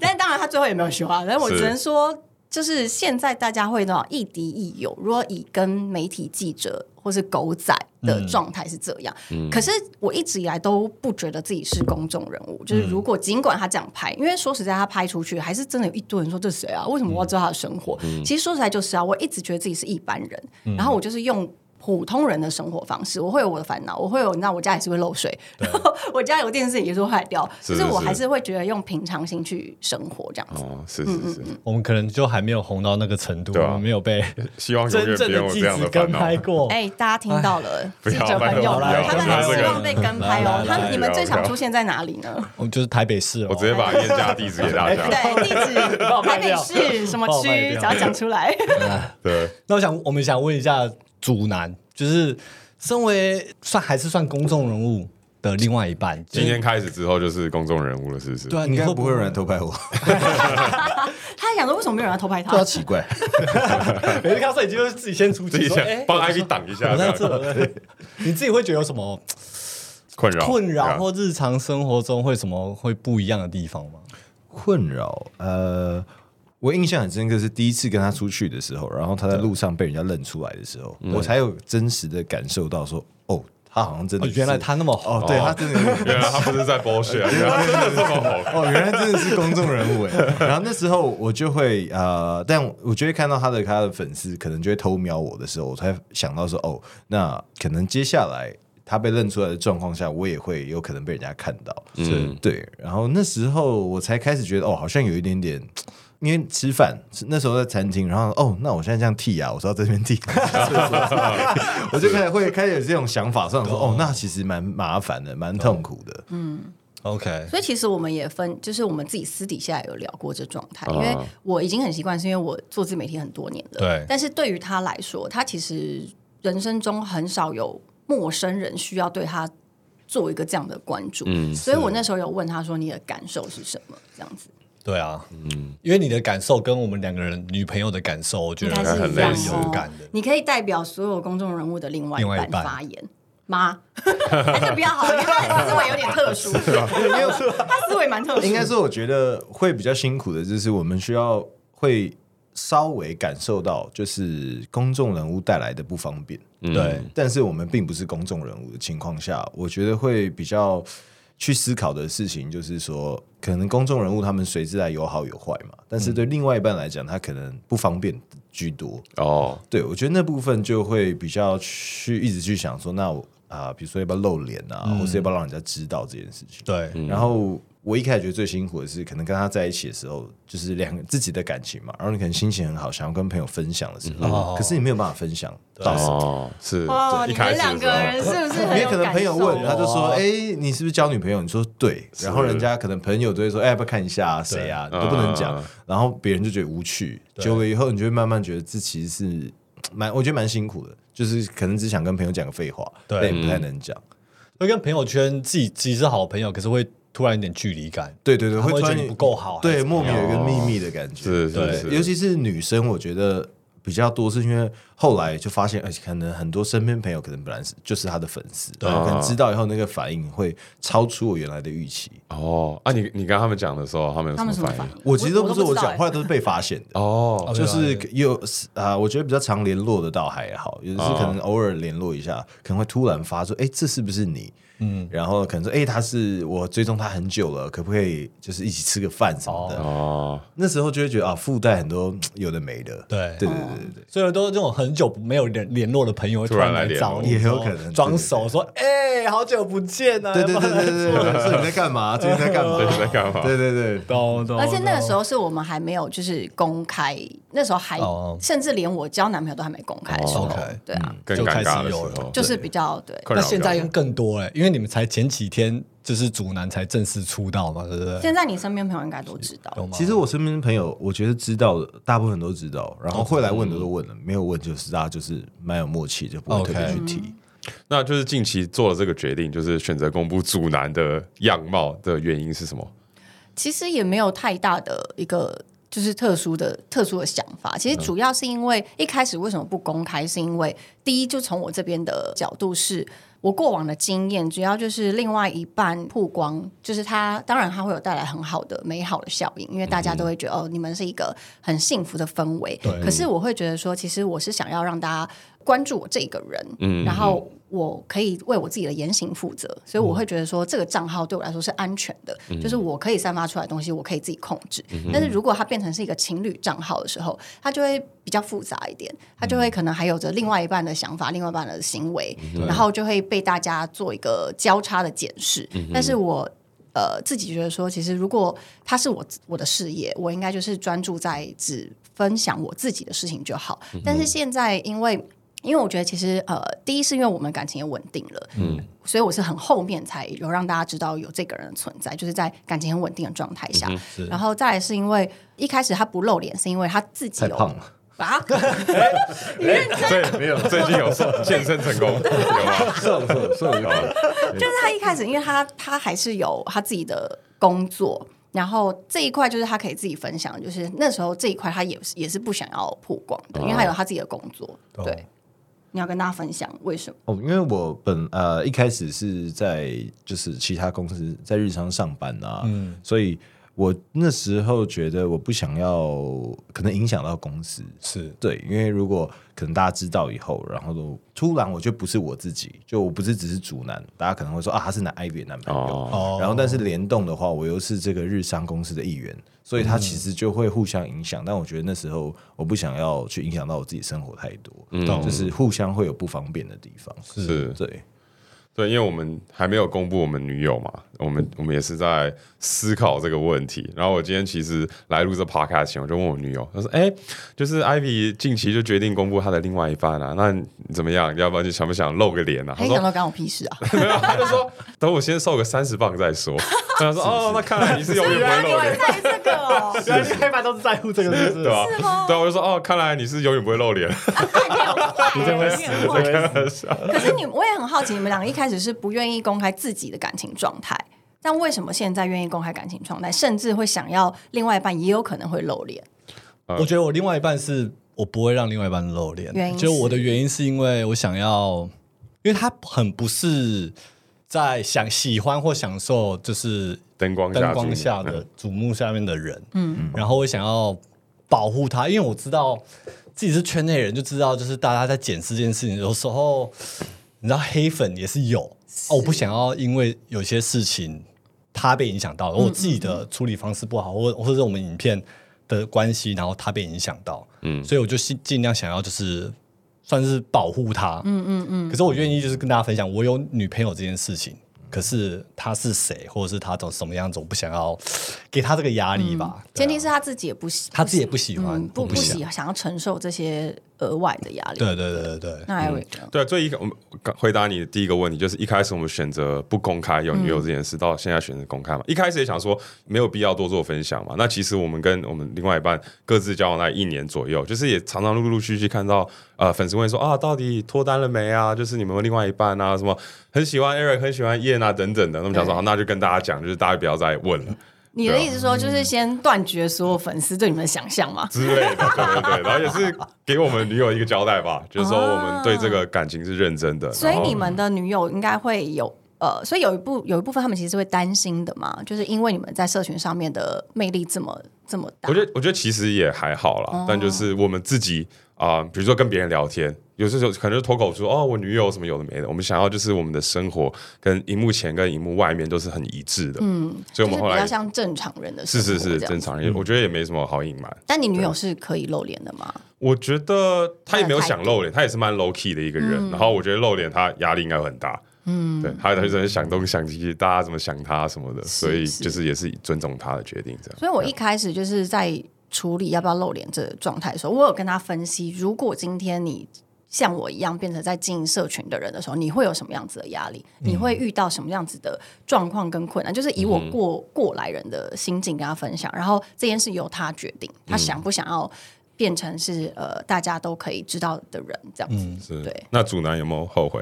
Speaker 1: 但当然他最后也没有修啊。但是我只能说，就是现在大家会那种亦敌亦友。如果以跟媒体记者或是狗仔的状态是这样，
Speaker 3: 嗯
Speaker 1: 可是我一直以来都不觉得自己是公众人
Speaker 3: 嗯
Speaker 1: 物。就是如果尽管他这样拍，因为说实在，他拍出去还是真的有一堆人说这谁啊？为什么我要知道他的生活？
Speaker 3: 嗯
Speaker 1: 其实说实在就是啊，我一直觉得自己是一般人，然后我就是用。普通人的生活方式，我会有我的烦恼，我会有，你知道，我家也是会漏水，然后我家有电视也是会坏掉，
Speaker 3: 是
Speaker 1: 可是我
Speaker 3: 是
Speaker 1: 还是会觉得用平常心去生活这样子。
Speaker 3: 哦，是是是，
Speaker 4: 我们可能就还没有红到那个程度，
Speaker 3: 对啊
Speaker 4: 我们没有被
Speaker 3: 希望永
Speaker 4: 真
Speaker 3: 远
Speaker 4: 正
Speaker 3: 别有
Speaker 4: 的
Speaker 3: 这
Speaker 4: 记
Speaker 3: 样
Speaker 4: 者
Speaker 3: 的烦
Speaker 4: 跟
Speaker 3: 恼。
Speaker 4: 拍过。
Speaker 1: 哎、大家听到了，
Speaker 3: 不
Speaker 1: 记
Speaker 3: 要
Speaker 1: 者朋友
Speaker 4: 哦不要
Speaker 1: 们，他们
Speaker 4: 不要
Speaker 1: 很希
Speaker 4: 不要
Speaker 1: 望被跟拍
Speaker 4: 来来
Speaker 1: 哦
Speaker 4: 来。
Speaker 1: 他们你们最
Speaker 3: 不要
Speaker 1: 常
Speaker 3: 不要
Speaker 1: 出现在哪里 呢？
Speaker 4: 我们就是台北市哦，
Speaker 3: 我直接把验家地址给大家。
Speaker 1: 对，地址
Speaker 4: 把我卖
Speaker 1: 台北
Speaker 4: 掉
Speaker 1: 市什么
Speaker 4: 把我卖
Speaker 1: 区，只
Speaker 4: 掉
Speaker 1: 要讲出 来。
Speaker 3: 对，
Speaker 4: 那我想，我们想问一下祖男，就是身为算还是算公众人物的另外一半，就是
Speaker 3: 今天开始之后就是公众人物了，是不是？
Speaker 4: 对啊，
Speaker 5: 应
Speaker 4: 你
Speaker 5: 该
Speaker 4: 会
Speaker 5: 不会有人来偷拍我，
Speaker 1: 他还想说，为什么没有人要偷拍他
Speaker 5: 多？奇怪。
Speaker 4: 每次看到摄影机都是自己先出
Speaker 3: 自
Speaker 4: 去
Speaker 3: 己
Speaker 4: 说，
Speaker 3: 想
Speaker 4: 哎
Speaker 3: 帮 IV 挡一下
Speaker 4: 我
Speaker 3: 这
Speaker 4: 在
Speaker 3: 样，
Speaker 4: 这，我在 这你自己会觉得有什么
Speaker 3: 困扰
Speaker 4: 困
Speaker 3: 对
Speaker 4: 扰，
Speaker 3: 啊
Speaker 4: 或日常生活中会什么会不一样的地方吗？
Speaker 5: 困扰。呃，我印象很深刻是第一次跟他出去的时候，然后他在路上被人家认出来的时候，我才有真实的感受到说，哦，他好像真的
Speaker 4: 哦
Speaker 5: 是、
Speaker 4: 原来他那么红
Speaker 5: 哦，对他真的有
Speaker 3: 原啊来他不是在 bullshit，原啊来他真的这么红。
Speaker 5: 哦，原来真的是公众人物哎。然后那时候我就会呃，但我就会看到他的他的粉丝可能就会偷瞄我的时候，我才想到说哦，那可能接下来他被认出来的状况下，我也会有可能被人家看到。嗯，对。然后那时候我才开始觉得哦，好像有一点点。因为吃饭吃那时候在餐厅，然后哦，那我现在这样剃啊，我说要这边剃，我就开始会开始有这种想法，上说哦，那其实蛮麻烦的，蛮痛苦的。
Speaker 4: OK，
Speaker 1: 所以其实我们也分，就是我们自己私底下有聊过这状态，
Speaker 4: 嗯
Speaker 3: 啊
Speaker 1: 因为我已经很习惯，是因为我做自媒体很多年了。
Speaker 4: 对
Speaker 1: 但是对于他来说，他其实人生中很少有陌生人需要对他做一个这样的关注。嗯，所以我那时候有问他说：“你的感受是什么？”这样子
Speaker 4: 对啊，嗯，因为你的感受跟我们两个人女朋友的感受，我觉
Speaker 1: 应
Speaker 4: 得
Speaker 1: 该是
Speaker 3: 很
Speaker 1: 一
Speaker 3: 类
Speaker 1: 样
Speaker 3: 似
Speaker 4: 有感
Speaker 1: 哦
Speaker 4: 的。。
Speaker 1: 你可以代表所有公众人物的另外一
Speaker 4: 另外一
Speaker 1: 半
Speaker 4: 半
Speaker 1: 发言。 吗？还是不要好了，因为他的思维有点特殊，他思维蛮特殊的。
Speaker 5: 应该说，我觉得会比较辛苦的，就是我们需要会稍微感受到，就是公众人物带来的不方便。哎
Speaker 4: 对，
Speaker 5: 但是我们并不是公众人物的情况下，我觉得会比较去思考的事情，就是说，可能公众人物他们随之来有好有坏嘛，但是对另外一半来讲，他可能不方便居多。
Speaker 3: 哦，
Speaker 5: 对，我觉得那部分就会比较去一直去想说，那我啊、比如说要不要露脸啊，或是要不要让人家知道这件事情。
Speaker 4: 对，
Speaker 3: 嗯
Speaker 5: 然后我一开始觉得最辛苦的是，可能跟他在一起的时候，就是两个自己的感情嘛，然后你可能心情很好，想要跟朋友分享的时候，可是你没有办法分享到时候。
Speaker 3: 哦，是
Speaker 1: 哦，
Speaker 3: 一
Speaker 1: 你
Speaker 3: 开
Speaker 1: 们
Speaker 3: 始的
Speaker 1: 两
Speaker 3: 时
Speaker 1: 个
Speaker 3: 候
Speaker 1: 人是不是
Speaker 5: 因
Speaker 1: 很
Speaker 5: 为
Speaker 1: 有
Speaker 5: 可能
Speaker 1: 感
Speaker 5: 朋友
Speaker 1: 受？
Speaker 5: 问，他就说
Speaker 4: 哦：“
Speaker 5: 哎、你是不是交女朋友？”你说：“对。”然后人家可能朋友都会说：“哎、要不要看一下、啊、谁啊？”
Speaker 3: 对
Speaker 5: 都不能讲。
Speaker 3: 嗯
Speaker 5: 然后别人就觉得无趣，久了以后，你就会慢慢觉得这其实是蛮，我觉得蛮辛苦的，就是可能只想跟朋友讲个废话，
Speaker 4: 对
Speaker 5: 但也不太能讲。
Speaker 4: 会跟朋友圈自己其实是好朋友，可是会突然有点距离感。
Speaker 5: 对对对，
Speaker 4: 他们会
Speaker 5: 会突然
Speaker 4: 觉得你不够好还
Speaker 5: 对，
Speaker 4: 是怎
Speaker 5: 莫
Speaker 4: 么
Speaker 5: 名
Speaker 4: 样
Speaker 5: 有一个秘密的感觉。
Speaker 3: 是
Speaker 4: 对
Speaker 3: 是是，
Speaker 5: 尤其是女生，我觉得比较多，是因为后来就发现，而且可能很多身边朋友可能本来是就是他的粉丝，然后可能知道以后那个反应会超出我原来的预期。
Speaker 3: 哦啊，你你跟他们讲的时候，他们有
Speaker 1: 他们
Speaker 3: 么
Speaker 1: 什么
Speaker 3: 反
Speaker 1: 反
Speaker 3: 应？
Speaker 1: 应？
Speaker 5: 我其实都不是我
Speaker 1: 知道
Speaker 5: 讲，
Speaker 1: 欸
Speaker 5: 后来都是被发现的。
Speaker 3: 哦，
Speaker 5: 就是有啊、我觉得比较常联络得到还好，有的是可能偶尔联络一下，可能会突然发说，哎、这是不是你？嗯，然后可能说，哎、他是我追踪他很久了，可不可以就是一起吃个饭什么的？
Speaker 3: 哦，
Speaker 5: 那时候就会觉得啊，附带很多有的没的，
Speaker 4: 对
Speaker 5: 对对对对
Speaker 4: 所以都是这种很久没有联联络的朋友，会
Speaker 3: 突然来
Speaker 4: 来
Speaker 3: 联
Speaker 4: 找
Speaker 3: 络
Speaker 4: 你，
Speaker 5: 也有
Speaker 4: 然后
Speaker 5: 可能
Speaker 4: 装
Speaker 5: 对
Speaker 4: 熟说：“哎、好久不见 啊！”
Speaker 5: 对对对对对对，对，说你在干嘛？最近在干嘛？
Speaker 3: 最近在干 嘛
Speaker 5: 对对对，
Speaker 4: 懂懂。
Speaker 1: 而且那个时候是我们还没有就是公开，那时候还
Speaker 4: 哦
Speaker 1: 甚至连我交男朋友都还没公开的时候
Speaker 4: 哦，OK，
Speaker 1: 对啊，
Speaker 3: 更
Speaker 4: 就
Speaker 3: 尴
Speaker 4: 开始
Speaker 3: 尬的时
Speaker 4: 有了
Speaker 3: 候，
Speaker 1: 就是比较对。
Speaker 3: 困
Speaker 4: 那
Speaker 3: 扰
Speaker 4: 现在
Speaker 3: 比较
Speaker 4: 应该
Speaker 3: 多
Speaker 4: 更多哎、因为你们才前几天就是祖男才正式出道嘛，对不对？
Speaker 1: 现在你身边朋友应该都知道，
Speaker 4: 有吗？
Speaker 5: 其实我身边的朋友，我觉得知道的大部分都知道，然后会来问的都问了，没有问就是大家就是蛮有默契，就不会特别去提。
Speaker 3: 那就是近期做了这个决定，就是选择公布主男的样貌的原因是什么？
Speaker 1: 其实也没有太大的一个就是特殊的特殊的想法。其实主要是因为一开始为什么不公开，是因为第一，就从我这边的角度是。我过往的经验，主要就是另外一半曝光，就是他当然他会有带来很好的美好的效应，因为大家都会觉得、哦，你们是一个很幸福的氛围。
Speaker 4: 对
Speaker 1: 可是我会觉得说，其实我是想要让大家关注我这个人，然后我可以为我自己的言行负责，所以我会觉得说这个账号对我来说是安全的，就是我可以散发出来的东西，我可以自己控制。但是如果它变成是一个情侣账号的时候，它就会比较复杂一点，它就会可能还有着另外一半的想法、另外一半的行为，然后就会被大家做一个交叉的检视。但是我。呃，自己觉得说，其实如果它是我自我的事业，我应该就是专注在只分享我自己的事情就好。但是现在因为。因为我觉得，其实呃，第一是因为我们感情也稳定了，嗯，所以我是很后面才有让大家知道有这个人的存在，就是在感情很稳定的状态下。然后再来是因为一开始他不露脸，是因为他自己
Speaker 5: 太
Speaker 1: 有
Speaker 5: 胖了，
Speaker 1: 啊，
Speaker 3: 对，没有，最近有健身成功，有吗？
Speaker 5: 是不是？是不是？
Speaker 1: 就是他一开始，因为他他还是有他自己的工作，然后这一块就是他可以自己分享，就是那时候这一块他也是也是不想要曝光的，
Speaker 4: 哦
Speaker 1: 因为他有他自己的工作。
Speaker 4: 懂
Speaker 1: 对，你要跟大家分享为什么？
Speaker 5: 哦，因为我本呃一开始是在就是其他公司在日商上班啊，所以我那时候觉得我不想要可能影响到公司，
Speaker 4: 是
Speaker 5: 对，因为如果可能大家知道以后，然后都突然我就不是我自己，就我不是只是主男，大家可能会说啊他是男 I B 的男朋友，
Speaker 3: 哦，
Speaker 4: 哦，
Speaker 5: 然后但是联动的话，我又是这个日商公司的一员，所以它其实就会互相影响。但我觉得那时候我不想要去影响到我自己生活太多，
Speaker 4: 懂
Speaker 5: 就是互相会有不方便的地方。
Speaker 3: 是
Speaker 5: 对，
Speaker 3: 对，因为我们还没有公布我们女友嘛，我们我们也是在思考这个问题。然后我今天其实来录这 podcast 前，我就问我女友，她说：“哎、就是 Ivy 近期就决定公布她的另外一半啊，那你怎么样？要不然就想不想露个脸啊？”她
Speaker 1: 还
Speaker 3: 说
Speaker 1: 想到干我屁事 啊？
Speaker 3: 没有，她就说：“等我先瘦个三十磅再说。” 然后她说：“哦，那看来你是永远不会露脸。”
Speaker 1: 在这个哦，
Speaker 4: 原来你害怕都是在乎这个，是不是？
Speaker 3: 对吧、对啊，我就说哦，看来你是永远不会露脸。
Speaker 1: 你
Speaker 4: 真会死
Speaker 1: 变
Speaker 4: 真会死
Speaker 1: 可是你，我也很好奇，你们两个一开始是不愿意公开自己的感情状态，但为什么现在愿意公开感情状态，甚至会想要另外一半也有可能会露脸？
Speaker 4: 啊我觉得我另外一半是我不会让另外一半露脸
Speaker 1: 原，因
Speaker 4: 就是我的原因是因为我想要，因为他很不是在想喜欢或享受，就是
Speaker 3: 灯光下
Speaker 4: 灯光下的瞩目下面的人，嗯，然后我想要保护他，因为我知道自己是圈内人，就知道就是大家在检视这件事情，有时候你知道黑粉也是有，哦，我不想要因为有些事情他被影响到，我自己的处理方式不好，或或者是我们影片的关系，然后他被影响到，嗯，所以我就尽尽量想要就是算是保护他，嗯嗯嗯。可是我愿意就是跟大家分享，我有女朋友这件事情，可是她是谁，或者是她怎什么样子，我不想要给她这个压力吧。对
Speaker 1: 前
Speaker 4: 啊
Speaker 1: 提是他自己也不喜，
Speaker 4: 她自己也不喜欢，
Speaker 1: 嗯不
Speaker 4: 我
Speaker 1: 不
Speaker 4: 想
Speaker 1: 喜想要承受这些额外的压力。
Speaker 4: 对对对对对，
Speaker 1: 那 Eric 呢
Speaker 3: 对，最一我们回答你的第一个问题，就是一开始我们选择不公开有
Speaker 1: 嗯
Speaker 3: 女友这件事，到现在选择公开嘛。一开始也想说没有必要多做分享嘛。那其实我们跟我们另外一半各自交往那一年左右，就是也常常陆陆续续看到呃粉丝问说啊，到底脱单了没啊？就是你们有另外一半啊，什么很喜欢 Eric，很喜欢燕啊等等的。那我们想说
Speaker 1: 对
Speaker 3: 好，那就跟大家讲，就是大家不要再问了。
Speaker 1: 你的意思说，就是先断绝所有粉丝对你们的想象吗？
Speaker 3: 之类的，对对对，然后也是给我们女友一个交代吧，就是说我们对这个感情是认真的。
Speaker 1: 哦所以
Speaker 3: 然后
Speaker 1: 你们的女友应该会有呃，所以有一部有一部分他们其实是会担心的嘛，就是因为你们在社群上面的魅力这么这么大。哦
Speaker 3: 我觉得，我觉得其实也还好啦，但就是我们自己啊、比如说跟别人聊天，有些时候可能就脱口说哦，我女友什么有的没的。我们想要就是我们的生活跟荧幕前跟荧幕外面都是很一致的，嗯，
Speaker 1: 就
Speaker 3: 所以
Speaker 1: 是
Speaker 3: 我们后
Speaker 1: 比
Speaker 3: 来
Speaker 1: 较像正常人的
Speaker 3: 是
Speaker 1: 生活
Speaker 3: 是是
Speaker 1: 这样嗯
Speaker 3: 正。常，也我觉得也没什么好隐瞒。
Speaker 1: 但你女友是可以露脸的吗？
Speaker 3: 我觉得他也没有想露脸，他也是蛮 low key 的一个人。
Speaker 1: 嗯
Speaker 3: 然后我觉得露脸他压力应该会很大，嗯，对，他他就在想东想西，大家怎么想他什么的，所以
Speaker 1: 是
Speaker 3: 就是也是尊重他的决定这样。
Speaker 1: 所以我一开始就是在处理要不要露脸这个状态的时候，我有跟他分析，如果今天你像我一样变成在经营社群的人的时候，你会有什么样子的压力？
Speaker 3: 嗯
Speaker 1: 你会遇到什么样子的状况跟困难？就是以我过、过来人的心境跟他分享，然后这件事由他决定，他想不想要变成是呃大家都可以知道的人这样子。
Speaker 3: 是
Speaker 1: 对，
Speaker 3: 那主男有没有后悔？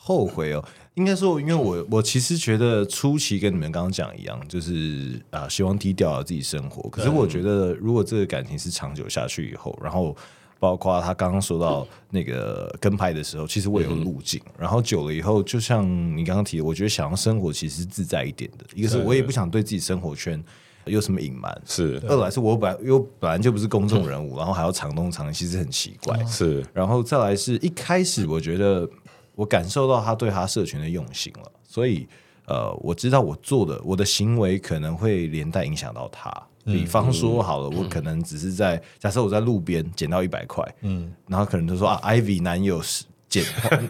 Speaker 5: 后悔哦，应该说，因为我我其实觉得初期跟你们刚刚讲一样，就是啊、希望低调自己生活。可是我觉得，如果这个感情是长久下去以后，然后包括他刚刚说到那个跟拍的时候，其实我也有路径。然后久了以后，就像你刚刚提的，我觉得想要生活其实是自在一点的。一个是我也不想对自己生活圈有什么隐瞒，
Speaker 3: 是
Speaker 5: 二来是我本来又本来就不是公众人物，然后还要藏东藏西，其实很奇怪。
Speaker 3: 是，
Speaker 5: 然后再来是一开始我觉得我感受到他对他社群的用心了，所以呃，我知道我做的我的行为可能会连带影响到他。比方说好了，我可能只是在假设我在路边捡到一百块，嗯，然后可能就说啊，Ivy 男友是捡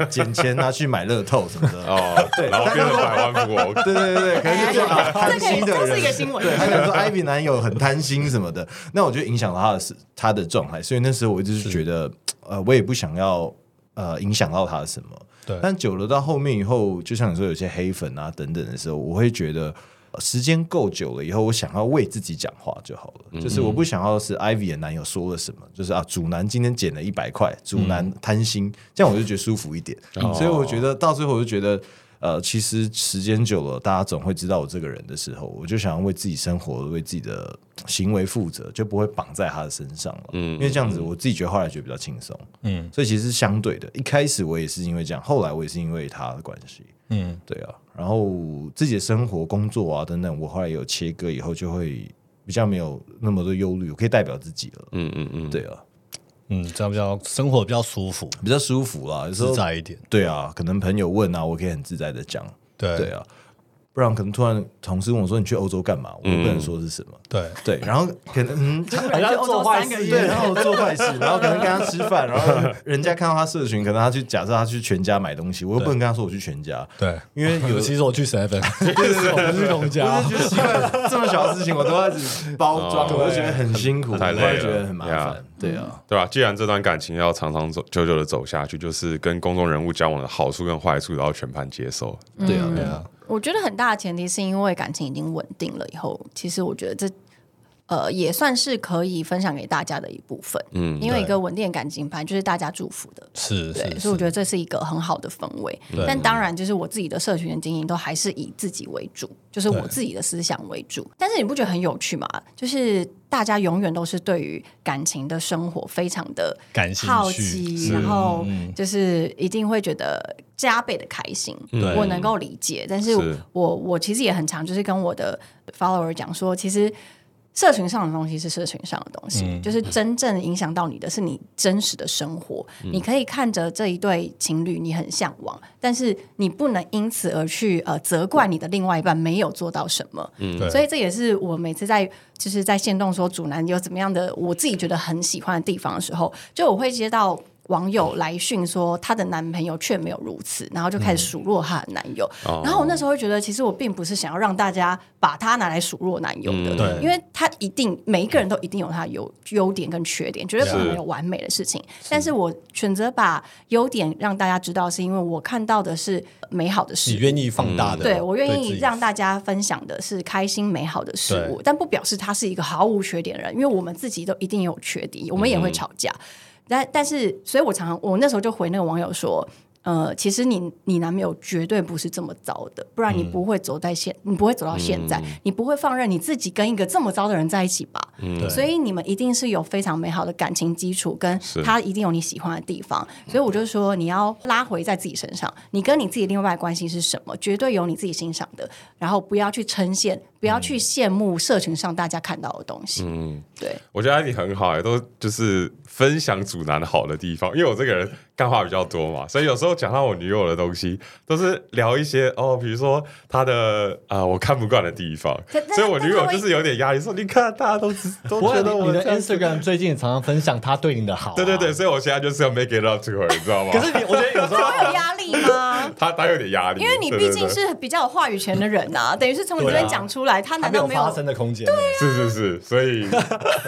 Speaker 5: 捡钱拿去买乐透什么的，
Speaker 3: 哦，对，然后变成百万富翁，
Speaker 5: 对对对对，可能是这样啊贪心的
Speaker 1: 哎这
Speaker 5: 人，
Speaker 1: 是一个新闻
Speaker 5: 对，他想说艾比男友很贪心什么的，那我就影响到他的是他的状态，所以那时候我就是觉得，呃，我也不想要呃影响到他什么。
Speaker 4: 对
Speaker 5: 但久了到后面以后，就像你说有些黑粉啊等等的时候，我会觉得。呃时间够久了以后，我想要为自己讲话就好了。就是我不想要是 Ivy 的男友说了什么，就是啊，主男今天捡了一百块，主男贪心，这样我就觉得舒服一点。
Speaker 3: 哦
Speaker 5: 所以我觉得到最后，我就觉得，呃，其实时间久了，大家总会知道我这个人的时候，我就想要为自己生活、为自己的行为负责，就不会绑在他的身上了。嗯，因为这样子，我自己觉得后来觉得比较轻松。嗯，所以其实是相对的，一开始我也是因为这样，后来我也是因为他的关系。
Speaker 4: 嗯，
Speaker 5: 对啊，然后自己的生活、工作啊等等，我后来有切割以后，就会比较没有那么多忧虑，我可以代表自己了。
Speaker 3: 嗯嗯嗯，
Speaker 5: 对啊，
Speaker 4: 嗯，这样比较生活比较舒服，
Speaker 5: 比较舒服啊啦，有时候
Speaker 4: 自在一点。
Speaker 5: 对啊，可能朋友问啊，我可以很自在的讲，
Speaker 4: 对
Speaker 5: 对啊，不然可能突然同事问我说你去欧洲干嘛，我也
Speaker 4: 嗯
Speaker 5: 不能说是什么，
Speaker 4: 对，
Speaker 5: 对，然后可能嗯，
Speaker 1: 然后去欧洲三个
Speaker 5: 对，
Speaker 1: 月，
Speaker 5: 然后我做坏事，然后可能跟他吃饭，然后人家看到他社群，可能他去假设他去全家买东西，我又不能跟他说我去全家，
Speaker 4: 对，
Speaker 5: 因为有
Speaker 4: 尤其是我去 seven，我不是同
Speaker 5: 我
Speaker 4: 家
Speaker 5: 就，觉得奇怪，这么小的事情我都要一直包装，
Speaker 3: 哦
Speaker 5: 我就觉得很辛苦，
Speaker 3: 太累
Speaker 5: 我
Speaker 3: 了
Speaker 5: 也觉得很麻烦
Speaker 3: Yeah，
Speaker 5: 对啊，
Speaker 3: 对吧、既然这段感情要长长走久久的走下去，就是跟公众人物交往的好处跟坏处都要全盘接受。
Speaker 5: 对啊，对啊，
Speaker 1: 我觉得很大的前提是因为感情已经稳定了以后，其实我觉得这呃也算是可以分享给大家的一部分。嗯，因为一个稳定的感情，反正就是大家祝福的。
Speaker 4: 是
Speaker 1: 对，
Speaker 4: 是
Speaker 1: 所以我觉
Speaker 4: 是，
Speaker 1: 得这是一个很好的氛围
Speaker 4: 对。
Speaker 1: 但当然，就是我自己的社群的经营都还是以自己为主，就是我自己的思想为主。但是你不觉得很有趣吗？就是大家永远都是对于感情的生活非常的
Speaker 4: 感兴趣
Speaker 1: 好奇，
Speaker 4: 是
Speaker 1: 然后就是一定会觉得加倍的开心。
Speaker 4: 对
Speaker 1: 我能够理解，但是
Speaker 3: 是
Speaker 1: 我我其实也很常就是跟我的 follower 讲说，其实。社群上的东西是社群上的东西，就是真正影响到你的是你真实的生活。你可以看着这一对情侣，你很向往，但是你不能因此而去呃责怪你的另外一半没有做到什么。
Speaker 4: 对
Speaker 1: 嗯所以这也是我每次在就是在线动说主男有怎么样的我自己觉得很喜欢的地方的时候，就我会接到。网友来讯说她的男朋友却没有如此，然后就开
Speaker 4: 嗯
Speaker 1: 始数落她的男友。
Speaker 4: 哦
Speaker 1: 然后我那时候会觉得，其实我并不是想要让大家把她拿来数落男友的，
Speaker 4: 嗯对
Speaker 1: 因为她一定每一个人都一定有她的优优点跟缺点，绝对不可能有完美的事情。但是我选择把优点让大家知道，是因为我看到的是美好的事
Speaker 4: 你
Speaker 1: 物。
Speaker 4: 愿意放大的，
Speaker 1: 嗯对我愿
Speaker 4: 自
Speaker 1: 意
Speaker 4: 己
Speaker 1: 让大家分享的是开心美好的事物
Speaker 4: 对，
Speaker 1: 但不表示他是一个毫无缺点的人，因为我们自己都一定
Speaker 4: 嗯
Speaker 1: 有缺点，我们也会吵架。但但是，所以我常常我那时候就回那个网友说。呃，其实你你男朋友绝对不是这么糟的，不然
Speaker 4: 嗯
Speaker 1: 你不会走在现，你不会走到现在，你不会放任你自己跟一个这么糟的人在一起吧？
Speaker 4: 嗯对
Speaker 1: 所以你们一定是有非常美好的感情基础，跟
Speaker 3: 是
Speaker 1: 他一定有你喜欢的地方。所以我就说，你要拉回在自己身上，你跟你自己另外的关系是什么，绝对有你自己欣赏的，然后不要去称羡，不要去羡慕社群上大家看到的东西。嗯，对，
Speaker 3: 我觉得艾迪很好、欸，都就是分享主男好的地方，因为我这个人干话比较多嘛，所以有时候讲到我女友的东西，都是聊一些哦，比如说她的啊、呃我看不惯的地方
Speaker 1: 可，但
Speaker 3: 所以我
Speaker 1: 但
Speaker 3: 女
Speaker 1: 她
Speaker 3: 友
Speaker 1: 会
Speaker 3: 就是有点压力，说你看大家都知都
Speaker 4: 不过
Speaker 3: 觉得
Speaker 4: 你
Speaker 3: 我
Speaker 4: 你的
Speaker 3: 这样子
Speaker 4: Instagram 最近也常常分享他对你的好、啊
Speaker 3: 对对对，。所以我现在就是要 make it up to her，你知道吗？
Speaker 4: 可是你，我觉得有时候
Speaker 1: 会有压力吗？
Speaker 3: 她她有点压力，
Speaker 1: 因为你
Speaker 3: 对
Speaker 1: 毕竟。
Speaker 3: 对对
Speaker 1: 是比较有话语权的人呐、等于是从你这
Speaker 4: 对
Speaker 1: 边
Speaker 4: 啊
Speaker 1: 讲出来，他
Speaker 4: 他
Speaker 1: 难
Speaker 4: 没
Speaker 1: 道
Speaker 4: 有
Speaker 1: 没
Speaker 4: 发
Speaker 1: 有
Speaker 4: 声的空间。对
Speaker 3: 是是是，所以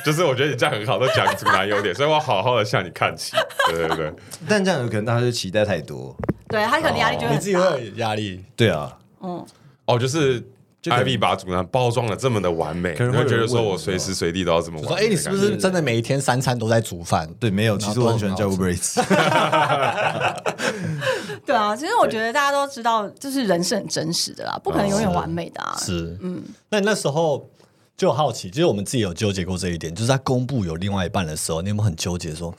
Speaker 3: 就是我觉得你这样很好，都讲主男优点，所以我好好的向你看齐。对对对，
Speaker 5: 但这样有可能大家就期待太多。
Speaker 1: 对他可能压力就会
Speaker 4: 你
Speaker 1: 很
Speaker 4: 自己
Speaker 1: 大。
Speaker 4: 会有压力，
Speaker 5: 对啊，
Speaker 3: 哦，就是
Speaker 5: 就可能
Speaker 3: 艾米把主男包装的这么的完美，
Speaker 5: 可
Speaker 3: 你
Speaker 5: 能会有
Speaker 3: 会觉得
Speaker 5: 人
Speaker 3: 说
Speaker 5: 问
Speaker 3: 我
Speaker 5: 你
Speaker 3: 随
Speaker 5: 哦
Speaker 3: 时随地都要这么
Speaker 4: 我
Speaker 3: 完
Speaker 4: 说：“
Speaker 3: 美。
Speaker 4: 哎、你是不是真的每一天三餐都在煮饭？”
Speaker 5: 对，没有，
Speaker 4: 然
Speaker 5: 其
Speaker 4: 后
Speaker 5: 实我很
Speaker 4: 都
Speaker 5: 喜欢
Speaker 4: 很
Speaker 5: 叫
Speaker 4: 好
Speaker 5: Uber Eats。
Speaker 1: 对啊，其实我觉得大家都知道，就是人是很真实的啦，不可能永远完美的啊。
Speaker 4: 是，嗯，那你那时候就好奇，就是我们自己有纠结过这一点，就是在公布有另外一半的时候，你有没有很纠结说，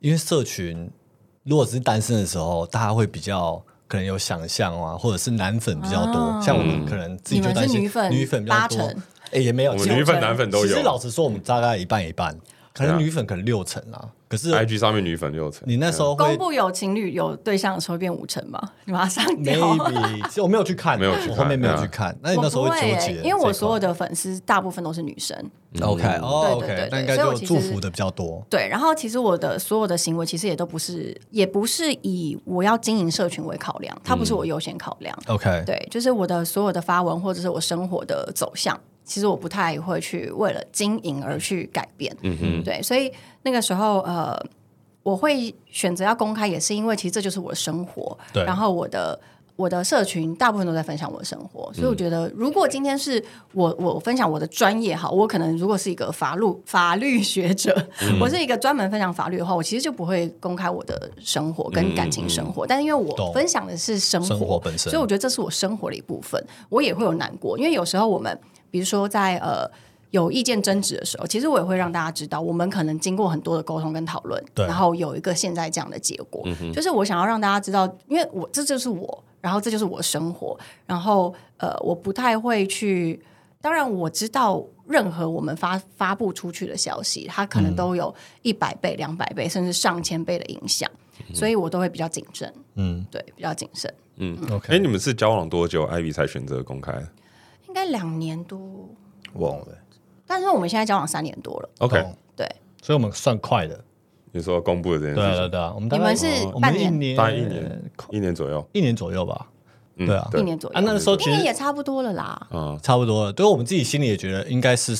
Speaker 4: 因为社群如果只是单身的时候，大家会比较。可能有想象啊，或者是男粉比较多，像我们可能自己就
Speaker 1: 啊你们
Speaker 4: 担心
Speaker 1: 是女粉
Speaker 4: 女粉比较
Speaker 1: 八
Speaker 4: 多，
Speaker 1: 成
Speaker 4: 哎、也没有，
Speaker 3: 我
Speaker 4: 其
Speaker 3: 们
Speaker 4: 实
Speaker 3: 女粉
Speaker 1: 真
Speaker 3: 男粉都
Speaker 4: 其实老
Speaker 3: 有
Speaker 4: 实说，我们大概一半一半，可
Speaker 3: 对
Speaker 4: 能
Speaker 3: 啊
Speaker 4: 女粉可能六成啊，可是
Speaker 3: ，IG 上面女粉六成。
Speaker 4: 你那时候会
Speaker 1: 公布有情侣有对象的时候变五成吗？ 你马上掉。
Speaker 4: maybe，其实我没有去看，
Speaker 3: 没有去看
Speaker 4: 我后面没有
Speaker 3: 对啊
Speaker 4: 去看，那你
Speaker 1: 我
Speaker 4: 那时候
Speaker 1: 不
Speaker 4: 会
Speaker 1: 会
Speaker 4: 纠
Speaker 1: 欸
Speaker 4: 结这一块，
Speaker 1: 因为我所有的粉丝大部分都是女生，
Speaker 4: OK，哦
Speaker 1: 嗯对对对对
Speaker 4: OK，那应该
Speaker 1: 所以
Speaker 4: 就
Speaker 1: 我其实
Speaker 4: 祝福的比较多。
Speaker 1: 对。然后其实我的所有的行为其实也都不是，也不是以我要经营社群为考量，它
Speaker 4: 嗯
Speaker 1: 不是我优先考量。
Speaker 4: OK，
Speaker 1: 对，就是我的所有的发文或者是我生活的走向，其实我不太会去为了经营而去改变。嗯哼，对，所以那个时候呃，我会选择要公开，也是因为其实这就是我的生活。
Speaker 4: 对
Speaker 1: 然后我的。我的社群大部分都在分享我的生活，所以我觉得，如果今天是我我分享我的专业哈，我可能如果是一个法律 法律学者，我是一个专门分享法律的话，我其实就不会公开我的生活跟感情生活。但因为我
Speaker 4: 懂
Speaker 1: 分享的是生活，
Speaker 4: 生活本身
Speaker 1: 所以我觉得这是我生活的一部分，我也会有难过，因为有时候我们，比如说在呃。有意见争执的时候，其实我也会让大家知道，我们可能经过很多的沟通跟讨论，
Speaker 4: 对嗯
Speaker 1: 然后有一个现在这样的结果。就是我想要让大家知道，因为我这就是我，然后这就是我的生活，然后呃，我不太会去。当然，我知道任何我们发发布出去的消息，它可
Speaker 4: 嗯
Speaker 1: 能都有一百倍、两百倍，甚至上千倍的影响，所以我都会比较谨慎。
Speaker 4: 嗯
Speaker 1: 对，比较谨慎。
Speaker 3: 哎，
Speaker 4: ，OK，
Speaker 3: 你们是交往多久，艾比才选择公开
Speaker 1: 应该两年多，
Speaker 5: 忘了，
Speaker 1: 但是我们现在交往三年多了。
Speaker 3: ？OK，
Speaker 4: 懂
Speaker 1: 对，
Speaker 4: 所以我们算快的，
Speaker 3: 你说公布的这件
Speaker 4: 对啊
Speaker 3: 事
Speaker 4: 对啊啊对
Speaker 3: 情，
Speaker 4: 啊，我们
Speaker 1: 你
Speaker 4: 大概
Speaker 1: 们是
Speaker 4: 我
Speaker 1: 半
Speaker 4: 们一
Speaker 1: 年，
Speaker 4: 年
Speaker 3: 大概一年，一年左右。
Speaker 4: 一年左右吧，
Speaker 3: 嗯
Speaker 4: 对啊
Speaker 1: 一年左右
Speaker 4: 啊，那时候
Speaker 1: 一
Speaker 4: 其
Speaker 1: 年
Speaker 4: 实
Speaker 1: 也差不多了啦。
Speaker 3: 啊，
Speaker 4: 差不多了，对我们自己心里也觉得应该是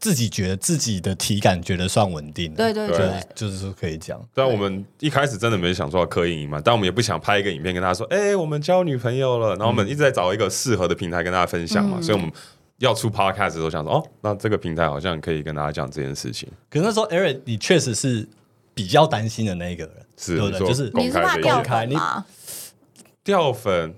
Speaker 4: 自己觉得自己的体感觉得算稳定的，
Speaker 1: 对对
Speaker 3: 对
Speaker 1: 对，
Speaker 4: 就是说可以讲，
Speaker 3: 虽啊然我们一开始真的没想说要刻意隐瞒，但我们也不想拍一个影片跟大家说，哎、我们交女朋友
Speaker 4: 嗯
Speaker 3: 了。然后我们一直在找一个适合的平台跟大家分享嘛，所以我们要出 podcast 的时候想说，哦，那这个平台好像可以跟大家讲这件事情，
Speaker 4: 可是那时候 Eric 你确实是比较担心的那一个人，
Speaker 3: 是
Speaker 4: 对不
Speaker 3: 你
Speaker 4: 对？
Speaker 3: 说
Speaker 4: 就是
Speaker 1: 你是怕
Speaker 3: 公开这一
Speaker 1: 掉
Speaker 4: 公开
Speaker 1: 粉
Speaker 4: 你
Speaker 1: 吗？
Speaker 3: 掉粉。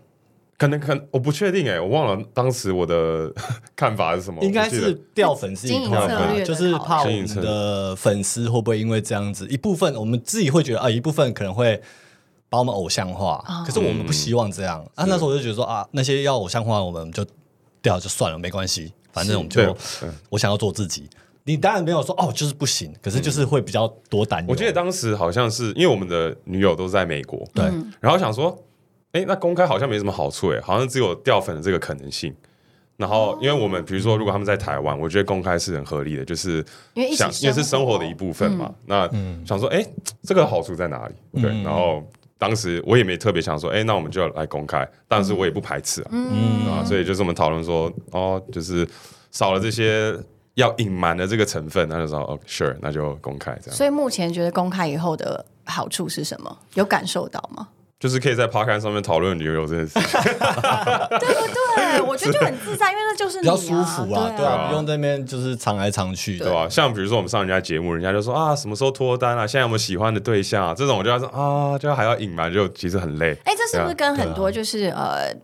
Speaker 3: 可能可能我不确定哎、我忘了当时我的 看法是什么，
Speaker 4: 应该
Speaker 3: 哦我不记得
Speaker 4: 是掉粉丝一块
Speaker 3: 经营策
Speaker 4: 吧
Speaker 1: 略，的
Speaker 4: 就是怕
Speaker 1: 考
Speaker 4: 我
Speaker 3: 量
Speaker 4: 们的粉丝会不会因为这样子，一部分我们自己会觉得啊，一部分可能会把我们偶像化，
Speaker 1: 啊
Speaker 4: 可是我们不希望这样。啊，那时候我就觉得说啊，那些要偶像化，我们就掉就算了，没关系，反正我们就
Speaker 3: 对嗯
Speaker 4: 我想要做自己。你当然没有说哦，就是不行，可是就是会比较多担忧。
Speaker 3: 嗯我记得当时好像是因为我们的女友都是在美国，
Speaker 4: 对
Speaker 1: 嗯
Speaker 3: 然后想说，哎、那公开好像没什么好处，哎，好像只有掉粉的这个可能性。然后，因为我们比如说，如果他们在台湾，我觉得公开是很合理的，就是
Speaker 1: 因为一起嗯
Speaker 3: 想，因为是生活的一部分嘛。那想说，哎、这个好处在哪里？对，然后当时我也没特别想说，哎、那我们就要来公开，但是我也不排斥啊，嗯啊，所以就是我们讨论说，哦，就是少了这些要隐瞒的这个成分，那就说，哦，sure，那就公开这样。
Speaker 1: 所以目前觉得公开以后的好处是什么？有感受到吗？
Speaker 3: 就是可以在 p 刊上面讨论旅游这件事。
Speaker 1: 对不对？我觉得就很自在，因为那就是
Speaker 4: 比
Speaker 1: 你啊
Speaker 4: 较舒服啊，对
Speaker 1: 对
Speaker 4: 啊，不用在那边就是藏来藏去
Speaker 3: 对啊
Speaker 4: 的。
Speaker 3: 吧？像比如说我们上人家节目，人家就说啊，什么时候脱单啊？现在有没有喜欢的对象啊？这种我就要说啊，就还要隐瞒，就其实很累。
Speaker 1: 哎，这是不是跟很多就是呃？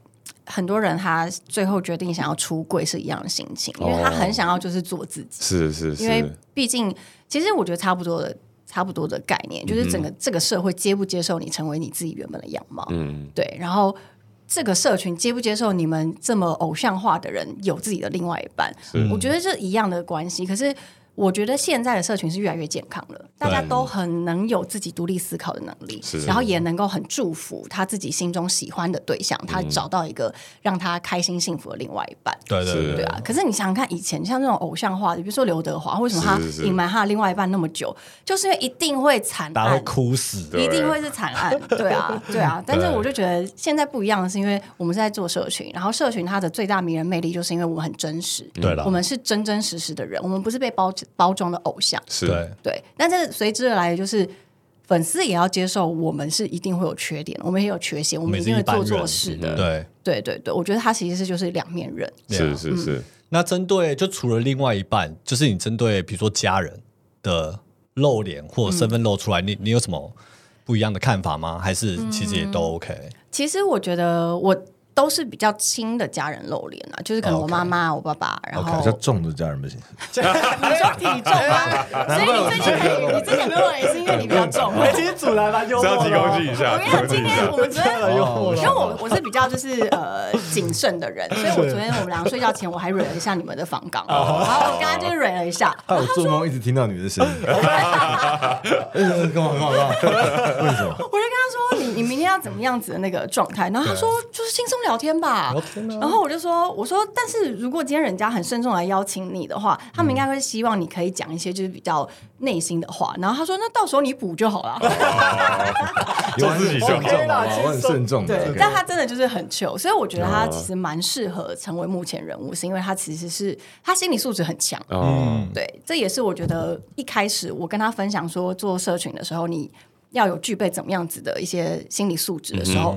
Speaker 1: 很多人他最后决定想要出柜是一样的心情，因为他很想要就是做自己，
Speaker 3: 是是
Speaker 1: 因为
Speaker 3: 是，
Speaker 1: 毕竟其实我觉得差不多的差不多的概念，就是整个这个社会接不接受你成为你自己原本的样貌，
Speaker 3: 嗯，
Speaker 1: 对，然后这个社群接不接受你们这么偶像化的人有自己的另外一半，我觉得这一样的关系。可是我觉得现在的社群是越来越健康了，大家都很能有自己独立思考的能力
Speaker 3: 是，
Speaker 1: 然后也能够很祝福他自己心中喜欢的对象，
Speaker 3: 嗯
Speaker 1: 他找到一个让他开心幸福的另外一半。
Speaker 4: 对对
Speaker 3: 是
Speaker 4: 对
Speaker 1: 对
Speaker 4: 对，
Speaker 1: 啊，可是你想想看，以前像这种偶像化的，比如说刘德华，为什么
Speaker 3: 是是
Speaker 1: 他
Speaker 3: 是
Speaker 1: 隐瞒他的另外一半那么久？就是因为一定会惨
Speaker 4: 大家会
Speaker 1: 案，
Speaker 4: 哭死的。
Speaker 3: 对
Speaker 1: 一定会是惨 案，对啊，对啊。但是我就觉得现在不一样的是，因为我们是在做社群，然后社群它的最大迷人魅力就是因为我们很真实，
Speaker 4: 对啦
Speaker 1: 嗯我们是真真实实的人，我们不是被包包装的偶像，
Speaker 3: 是，
Speaker 4: 对，
Speaker 1: 对。但是随之而来的就是。粉丝也要接受，我们是一定会有缺点，我们也有缺陷，我
Speaker 4: 我
Speaker 1: 们
Speaker 4: 们
Speaker 1: 一
Speaker 4: 是
Speaker 1: 定
Speaker 4: 一
Speaker 1: 会
Speaker 4: 般
Speaker 1: 做
Speaker 4: 人，嗯
Speaker 1: 错事的。
Speaker 4: 对。
Speaker 1: 对对对，我觉得他其实是就是两面人。
Speaker 4: 对
Speaker 3: 是
Speaker 4: 啊
Speaker 3: 是是，
Speaker 4: 那针对就除了另外一半，就是你针对比如说家人的露脸
Speaker 1: 嗯
Speaker 4: 或者身份露出来，你你有什么不一样的看法吗？还是
Speaker 1: 嗯
Speaker 4: 其实也都 OK？
Speaker 1: 其实我觉得我都是比较亲的家人露脸啊，就是可能我
Speaker 4: OK
Speaker 1: 妈妈、我爸爸，然后
Speaker 5: 比较重的家人 不行，
Speaker 1: 你说体重 吗？所以你最近可以，你之前没有来，也是因为你比较重。我
Speaker 4: 今天主来吧，幽
Speaker 3: 这样提供记一下，
Speaker 1: 跟你讲，
Speaker 3: 提供
Speaker 1: 今
Speaker 3: 记一
Speaker 1: 天
Speaker 3: 下。
Speaker 1: 我们昨天，
Speaker 5: 哎
Speaker 4: 幽
Speaker 1: 因为我我是比较就是呃谨慎的人，所以我昨天我们两个睡觉前我还蕊了一下你们的房纲，然
Speaker 3: 哦
Speaker 1: 后我刚刚就蕊了一下，
Speaker 5: 害我做梦一直听到你的声音， 哎干嘛干嘛干嘛？为什么？
Speaker 1: 我就跟他说：“你你明天要怎么样子的那个状态？”然后他说：“就是轻松聊天吧。
Speaker 4: 啊聊天啊
Speaker 1: 然后我就说：“我说，但是如果今天人家很慎重来邀请你的话，他们应该会希望你可以讲一些就是比较内心的
Speaker 4: 嗯
Speaker 1: 话。”然后他说：“那到时候你补就好了。
Speaker 5: 有啊很
Speaker 3: 自己就好
Speaker 5: 慎重好吧我很慎重”的。
Speaker 1: 对
Speaker 5: OK，
Speaker 1: 但他真的就是很糗，所以我觉得
Speaker 4: 啊
Speaker 1: 他其实蛮适合成为目前人物，是因为他其实是他心理素质很强。
Speaker 4: 嗯
Speaker 5: 嗯
Speaker 3: 哦，
Speaker 1: 对，这也是我觉得一开始我跟他分享说做社群的时候，你要有具备怎么样子的一些心理素质的时候，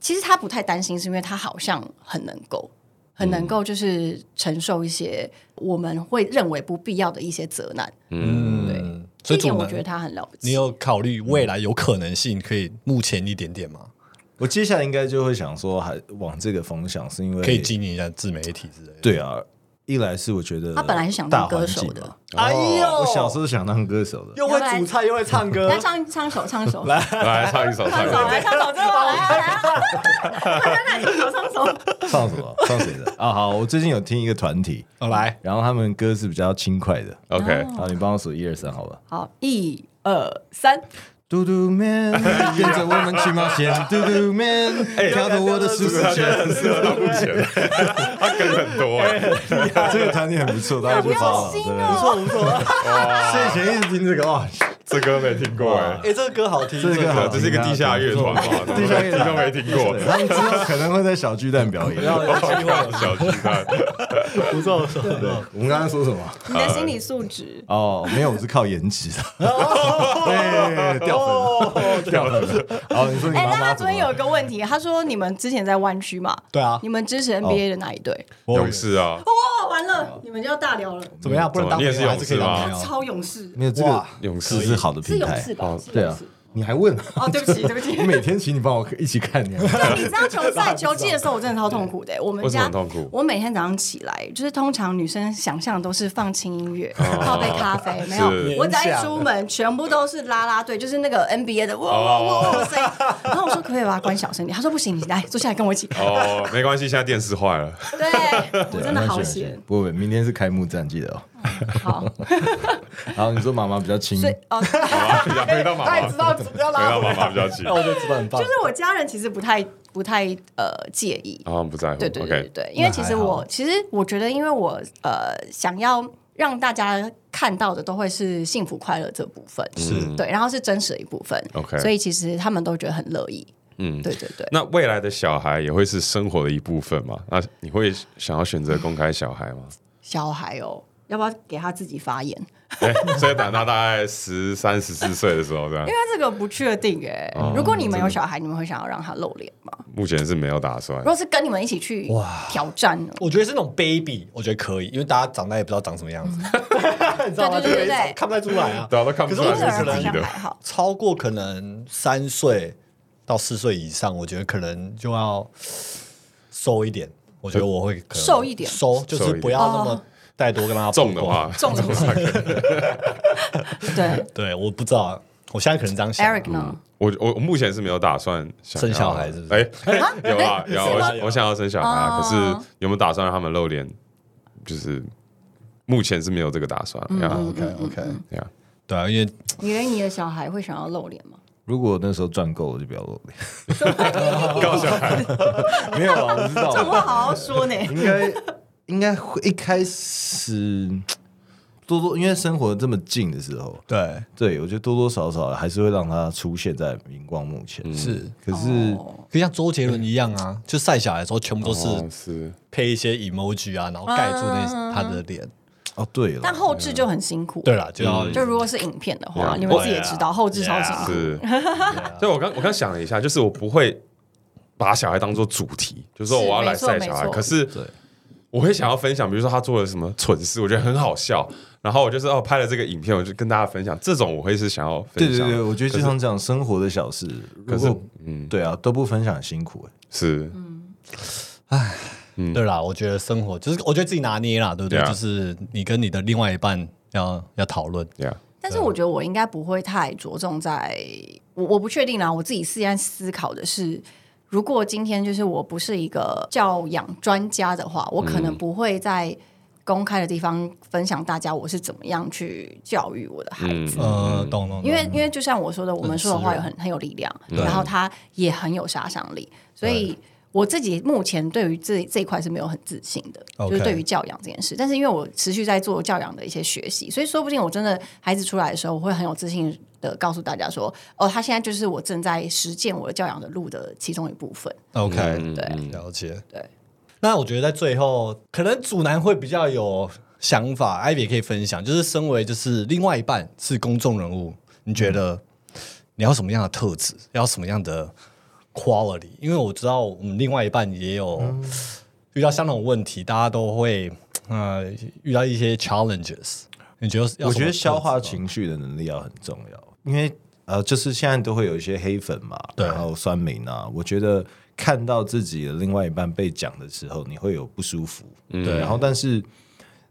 Speaker 1: 其实他不太担心，是因为他好像很能够。很能够就是承受一些我们会认为不必要的一些责难，
Speaker 4: 嗯，
Speaker 1: 这
Speaker 4: 所
Speaker 1: 一
Speaker 4: 以主
Speaker 1: 点我
Speaker 4: 男
Speaker 1: 觉得他很了不
Speaker 4: 你
Speaker 1: 起。
Speaker 4: 有考虑未来有可能性可以目前一点点吗？
Speaker 5: 我接下来应该就会想说，还往这个方向，是因为
Speaker 4: 可以经营一下自媒体之类的。
Speaker 5: 对啊。一来是我觉得
Speaker 1: 他本来是想
Speaker 5: 大
Speaker 1: 当
Speaker 5: 环
Speaker 1: 歌手
Speaker 5: 境
Speaker 1: 的
Speaker 5: 嘛，
Speaker 4: 哎呦
Speaker 5: 我小时候想当歌手的，
Speaker 4: 又会煮菜又会唱 歌
Speaker 1: 来，唱唱一首，唱一首，
Speaker 3: 来唱一首，唱
Speaker 1: 唱
Speaker 3: 一
Speaker 1: 一首，
Speaker 3: 首，
Speaker 1: 来唱首，真的来啊来啊！ 快点，快点，唱首。
Speaker 5: 唱什么？唱谁 的？啊，好，我最近有听一个团体，
Speaker 4: 哦来，
Speaker 5: 然后他们歌是比较轻快的。
Speaker 3: OK，
Speaker 5: 好，你帮我数一二三，好吧？
Speaker 1: 好，一二三，
Speaker 5: 嘟嘟 man，跟着我们去冒 险。嘟嘟 man，跳脱我的舒适圈。
Speaker 3: 很适合当目前，他梗很多哎，
Speaker 5: 这个团体很不错，大家
Speaker 1: 不
Speaker 5: 去
Speaker 1: 要
Speaker 5: 找。啊
Speaker 1: 心
Speaker 5: 对
Speaker 1: 哦，
Speaker 5: 所以以前一直听这个哇，
Speaker 3: 这歌没听过哎
Speaker 4: 哎、。这个歌好听，
Speaker 5: 这个好
Speaker 3: 啊
Speaker 5: 啊
Speaker 3: 这是一个地下乐团嘛，
Speaker 5: 地下乐
Speaker 3: 听
Speaker 5: 团
Speaker 3: 都没听过
Speaker 5: 对， 他们之后可能会在小巨蛋表 演。
Speaker 3: 小巨 蛋，
Speaker 4: 不错不错。
Speaker 5: 对，我们刚刚说什么？
Speaker 1: 你的心理素质。
Speaker 5: 哦，没有，我是靠颜值的。对，掉粉，掉粉。哦，你说你
Speaker 1: 哎、
Speaker 5: 妈
Speaker 1: 那
Speaker 5: 妈
Speaker 1: 他
Speaker 5: 怎
Speaker 1: 昨天
Speaker 5: 么
Speaker 1: 有
Speaker 5: 了
Speaker 1: 一？个问题，他说你们之前在湾区嘛，
Speaker 4: 对啊
Speaker 1: 你，们支持 NBA 的哪一队？
Speaker 3: 勇士啊，
Speaker 1: 哇、完了，你们就要大聊了，
Speaker 4: 怎么样？不能当
Speaker 3: 你也
Speaker 4: 朋
Speaker 3: 是
Speaker 4: 友还
Speaker 3: 勇
Speaker 4: 是
Speaker 3: 士
Speaker 4: 可以当
Speaker 3: 吗
Speaker 1: 他
Speaker 4: 朋友？
Speaker 1: 超勇士，
Speaker 5: 没有这个
Speaker 4: 哇
Speaker 3: 勇士
Speaker 5: 是是好的
Speaker 1: 是
Speaker 5: 平
Speaker 1: 勇
Speaker 5: 台
Speaker 1: 士。吧？是
Speaker 5: 对
Speaker 1: 勇
Speaker 5: 啊
Speaker 1: 士。，
Speaker 5: 你还问啊？
Speaker 1: 哦，对不起，对不起。
Speaker 5: 我每天请你帮我一起看你啊。
Speaker 1: 你知道球赛球季的时候，我真的超痛苦的、我们
Speaker 3: 为什么
Speaker 1: 家
Speaker 3: 很痛苦
Speaker 1: 我每天早上起来，就是通常女生想象都是放轻音乐，泡杯咖啡，没有
Speaker 3: 是。
Speaker 1: 我只要一出门，全部都是啦啦队，就是那个 NBA 的哇哇哇哇声音。然后我说可不可以把它关小声点？他说不行，你来坐下来跟我一起看。
Speaker 3: 哦，没关系，现在电视坏了，
Speaker 1: 对，我
Speaker 5: 对
Speaker 1: 真的好
Speaker 5: 没事没
Speaker 1: 险
Speaker 5: 事。不不，明天是开幕战，记得哦。
Speaker 1: 好，
Speaker 5: 然后你说妈妈比较轻，
Speaker 1: 所以哦，
Speaker 3: 好 吧，回到妈妈，回
Speaker 4: 道要
Speaker 3: 到妈妈比较急，
Speaker 4: 那我就知道 很棒。
Speaker 1: 就是我家人其实不太不太呃介意，
Speaker 3: 好像不在乎
Speaker 1: 对对对对
Speaker 3: 哦，OK，
Speaker 1: 对，因为其实
Speaker 5: 那还好
Speaker 1: 我其实我觉得，因为我呃想要让大家看到的都会是幸福快乐这部分，是对，然后是真实的一部分
Speaker 3: 嗯 OK
Speaker 1: 所以其实他们都觉得很乐意，嗯，对对对。
Speaker 3: 那未来的小孩也会 是生活的一部分嘛？那你会想要选择公开小孩吗？
Speaker 1: 小孩哦，要不要给他自己发言？
Speaker 3: 哎，所以等到大概十三、十四岁的时候，这
Speaker 1: 因
Speaker 3: 样
Speaker 1: 为这个不确定哎、
Speaker 3: 哦
Speaker 1: 如果你们有小孩，你们会想要让他露脸吗？
Speaker 3: 目前是没有打算
Speaker 1: 如。果是跟你们一起去挑战呢？
Speaker 4: 我觉得是那种 baby，我觉得可以，因为大家长大也不知道长什么样子，你知道吗？
Speaker 1: 嗯 对对对
Speaker 4: 就有一种
Speaker 1: 对
Speaker 4: 看不太出来啊。
Speaker 3: 对啊，都看不出
Speaker 4: 可
Speaker 3: 来
Speaker 4: 是我
Speaker 3: 是
Speaker 4: 觉得
Speaker 3: 自己
Speaker 1: 好像
Speaker 3: 的。
Speaker 1: 还好。
Speaker 4: 超过可能三岁到四岁以上，我觉得可能就要收一点。我觉得我会可能
Speaker 1: 瘦一点哦
Speaker 4: 收就是不要那么太多跟他
Speaker 3: 重的话，
Speaker 1: 重的话， 对
Speaker 4: 对，我不知道，我现在可能这样想。
Speaker 1: ，Eric 呢？
Speaker 3: 我我我目前是没有打算想要
Speaker 4: 生小孩是不 是
Speaker 3: 哎、有啊有
Speaker 1: 是
Speaker 3: 啊，
Speaker 1: 吗
Speaker 3: 我我想要生小孩啊，
Speaker 1: 哦
Speaker 3: 可是有没有打算让他们露脸？就是目前是没有这个打算。
Speaker 1: 嗯
Speaker 3: 呀
Speaker 4: OK OK，
Speaker 3: 呀，
Speaker 4: 对啊，因为
Speaker 1: 你连你的小孩会想要露脸吗？
Speaker 5: 如果那时候赚够了，就不要露脸。
Speaker 3: 搞笑，
Speaker 5: 没有啊，我知道
Speaker 1: 这话好好说呢。
Speaker 5: 应该 应该会一开始多多，因为生活这么近的时候，
Speaker 4: 对
Speaker 5: 对我觉得多多少少还是会让他出现在荧光幕前。
Speaker 4: 是，
Speaker 5: 可是、
Speaker 1: 哦
Speaker 4: 可像周杰伦一样啊，就晒小孩的时候，全部都
Speaker 3: 嗯哦
Speaker 4: 是
Speaker 3: 是
Speaker 4: 配一些 emoji 啊，然后盖住
Speaker 1: 嗯
Speaker 4: 那他的脸。
Speaker 5: 哦，对了，
Speaker 1: 但后置就很辛苦。
Speaker 4: 对啦，就
Speaker 3: 嗯
Speaker 4: 要
Speaker 1: 就如果是影片的话，
Speaker 3: Yeah
Speaker 1: 你们自己也知道，
Speaker 4: Yeah
Speaker 1: 后置超辛苦。
Speaker 3: 是， 所以我刚我刚想了一下，就是我不会把小孩当做主题，就是说
Speaker 1: 是
Speaker 3: 我要来
Speaker 1: 没错
Speaker 3: 晒小
Speaker 1: 没
Speaker 3: 孩，
Speaker 1: 错
Speaker 3: 可是
Speaker 5: 对
Speaker 3: 我会想要分享，比如说他做了什么蠢事，我觉得很好笑，然后我就是哦拍了这个影片，我就跟大家分享，这种我会是想要分
Speaker 5: 对
Speaker 3: 享的。
Speaker 5: 对对，我觉得就
Speaker 3: 可是
Speaker 5: 像这样生活的小事，
Speaker 3: 可
Speaker 5: 如
Speaker 3: 是
Speaker 5: 果嗯，对啊，都不分享很辛苦、欸。
Speaker 3: 是
Speaker 1: 嗯
Speaker 4: 对啦，我觉得生活就是我觉得自己拿捏啦，对不对？
Speaker 3: 嗯 Yeah
Speaker 4: 就是你跟你的另外一半要要讨论。
Speaker 3: 呀，
Speaker 1: 但是我觉得我应该不会太着重在，我我不确定啊啦。我自己现在思考的是，如果今天就是我不是一个教养专家的话，我可能不会在公开的地方分享大家我是怎么样去教育我的孩子。
Speaker 3: 嗯
Speaker 4: 呃，懂懂，懂
Speaker 1: 因为因为就像我说的，我们说的话有很很有力量，然后它也很有杀伤力，所以我自己目前对于这这一块是没有很自信的，
Speaker 4: OK
Speaker 1: 就是对于教养这件事。但是因为我持续在做教养的一些学习，所以说不定我真的孩子出来的时候，我会很有自信的告诉大家说，哦，他现在就是我正在实践我的教养的路的其中一部分。
Speaker 4: OK，、
Speaker 3: 嗯
Speaker 1: 对
Speaker 4: 了解。
Speaker 1: 嗯对，
Speaker 4: 那我觉得在最后，可能主男会比较有想法，艾比也可以分享，就是身为就是另外一半是公众人物，你觉
Speaker 1: 嗯
Speaker 4: 得你要什么样的特质，要什么样的 quality？因为我知道我们另外一半也有
Speaker 1: 嗯
Speaker 4: 遇到相同的问题，大家都会呃遇到一些 challenges。你觉得要什么
Speaker 5: 我觉得消化
Speaker 4: 特质吗
Speaker 5: 情绪的能力要很重要，因为呃，就是现在都会有一些黑粉嘛，
Speaker 4: 对
Speaker 5: 然后酸民啊，我觉得看到自己的另外一半被讲的时候，你会有不舒服，对，然后但是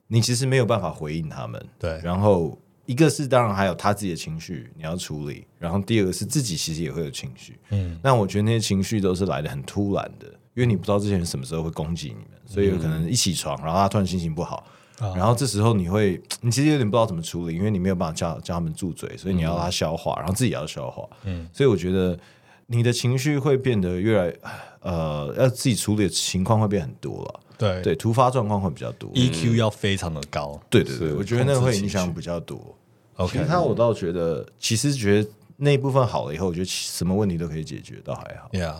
Speaker 5: 你其实没有办法回应他们，
Speaker 4: 对
Speaker 5: 然后一个是当然还有他自己的情绪你要处理，然后第二个是自己其实也会有情绪，嗯，但我觉得那些情绪都是来的很突然的，因为你不知道这些人什么时候会攻击你们，所以有可能一起床，然后他突然心情不好。然后这时候你会，你其实有点不知道怎么处理，因为你没有办法叫叫他们住嘴，所以你要让他消化，然后自己也要消化。嗯，所以我觉得你的情绪会变得越来，呃，要自己处理的情况会变很多了。
Speaker 4: 对
Speaker 5: 对，突发状况会比较多。
Speaker 4: EQ 要非常的高。
Speaker 5: 对对对，
Speaker 3: 是
Speaker 5: 我觉得那会影响比较多。
Speaker 4: OK，
Speaker 5: 其他我倒觉得，其实觉得那一部分好了以后，我觉得其什么问题都可以解决，倒还好。
Speaker 4: Yeah，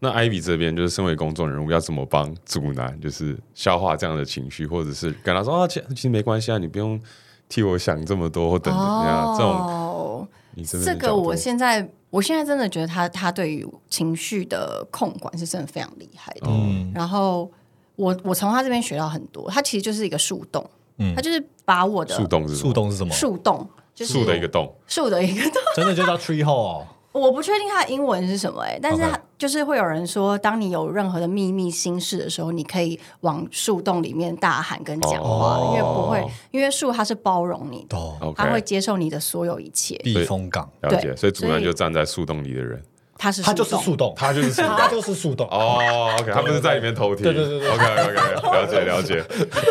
Speaker 3: 那艾比这边就是身为公众人物，要怎么帮祖男就是消化这样的情绪，或者是跟他说啊，其其实没关系啊，你不用替我想这么多，或等等嗯呀，这种
Speaker 1: 哦，
Speaker 3: 你这边
Speaker 1: 这
Speaker 3: 的
Speaker 1: 个
Speaker 3: 角度
Speaker 1: 我现在我现在真的觉得他他对于情绪的控管是真的非常厉害的。
Speaker 3: 嗯
Speaker 1: 然后我我从他这边学到很多，他其实就是一个树洞，他就是把我的
Speaker 3: 嗯树洞
Speaker 5: 嗯
Speaker 3: 是什么
Speaker 4: 树洞是什么？
Speaker 1: 树洞就是
Speaker 3: 树的一个洞，
Speaker 1: 树的一个洞，
Speaker 4: 真的就叫 tree hole 哦。
Speaker 1: 我不确定它的英文是什么哎、但是
Speaker 4: OK
Speaker 1: 它就是会有人说，当你有任何的秘密心事的时候，你可以往树洞里面大喊跟讲话，
Speaker 3: 哦
Speaker 1: 因为不会，因为树它是包容你的，
Speaker 4: 哦，
Speaker 3: OK
Speaker 1: 它会接受你的所有一切，
Speaker 4: 避风港。
Speaker 3: 了解，
Speaker 1: 对
Speaker 3: 所以祖男
Speaker 1: 所以
Speaker 3: 就站在树洞里的人。
Speaker 1: 它是
Speaker 4: 它就是
Speaker 1: 洞
Speaker 4: 树洞，它就是树，它就是树洞。
Speaker 3: 哦，OK，他不 是在里面偷听，
Speaker 4: 对对对对
Speaker 3: ，OK OK，了 解了解，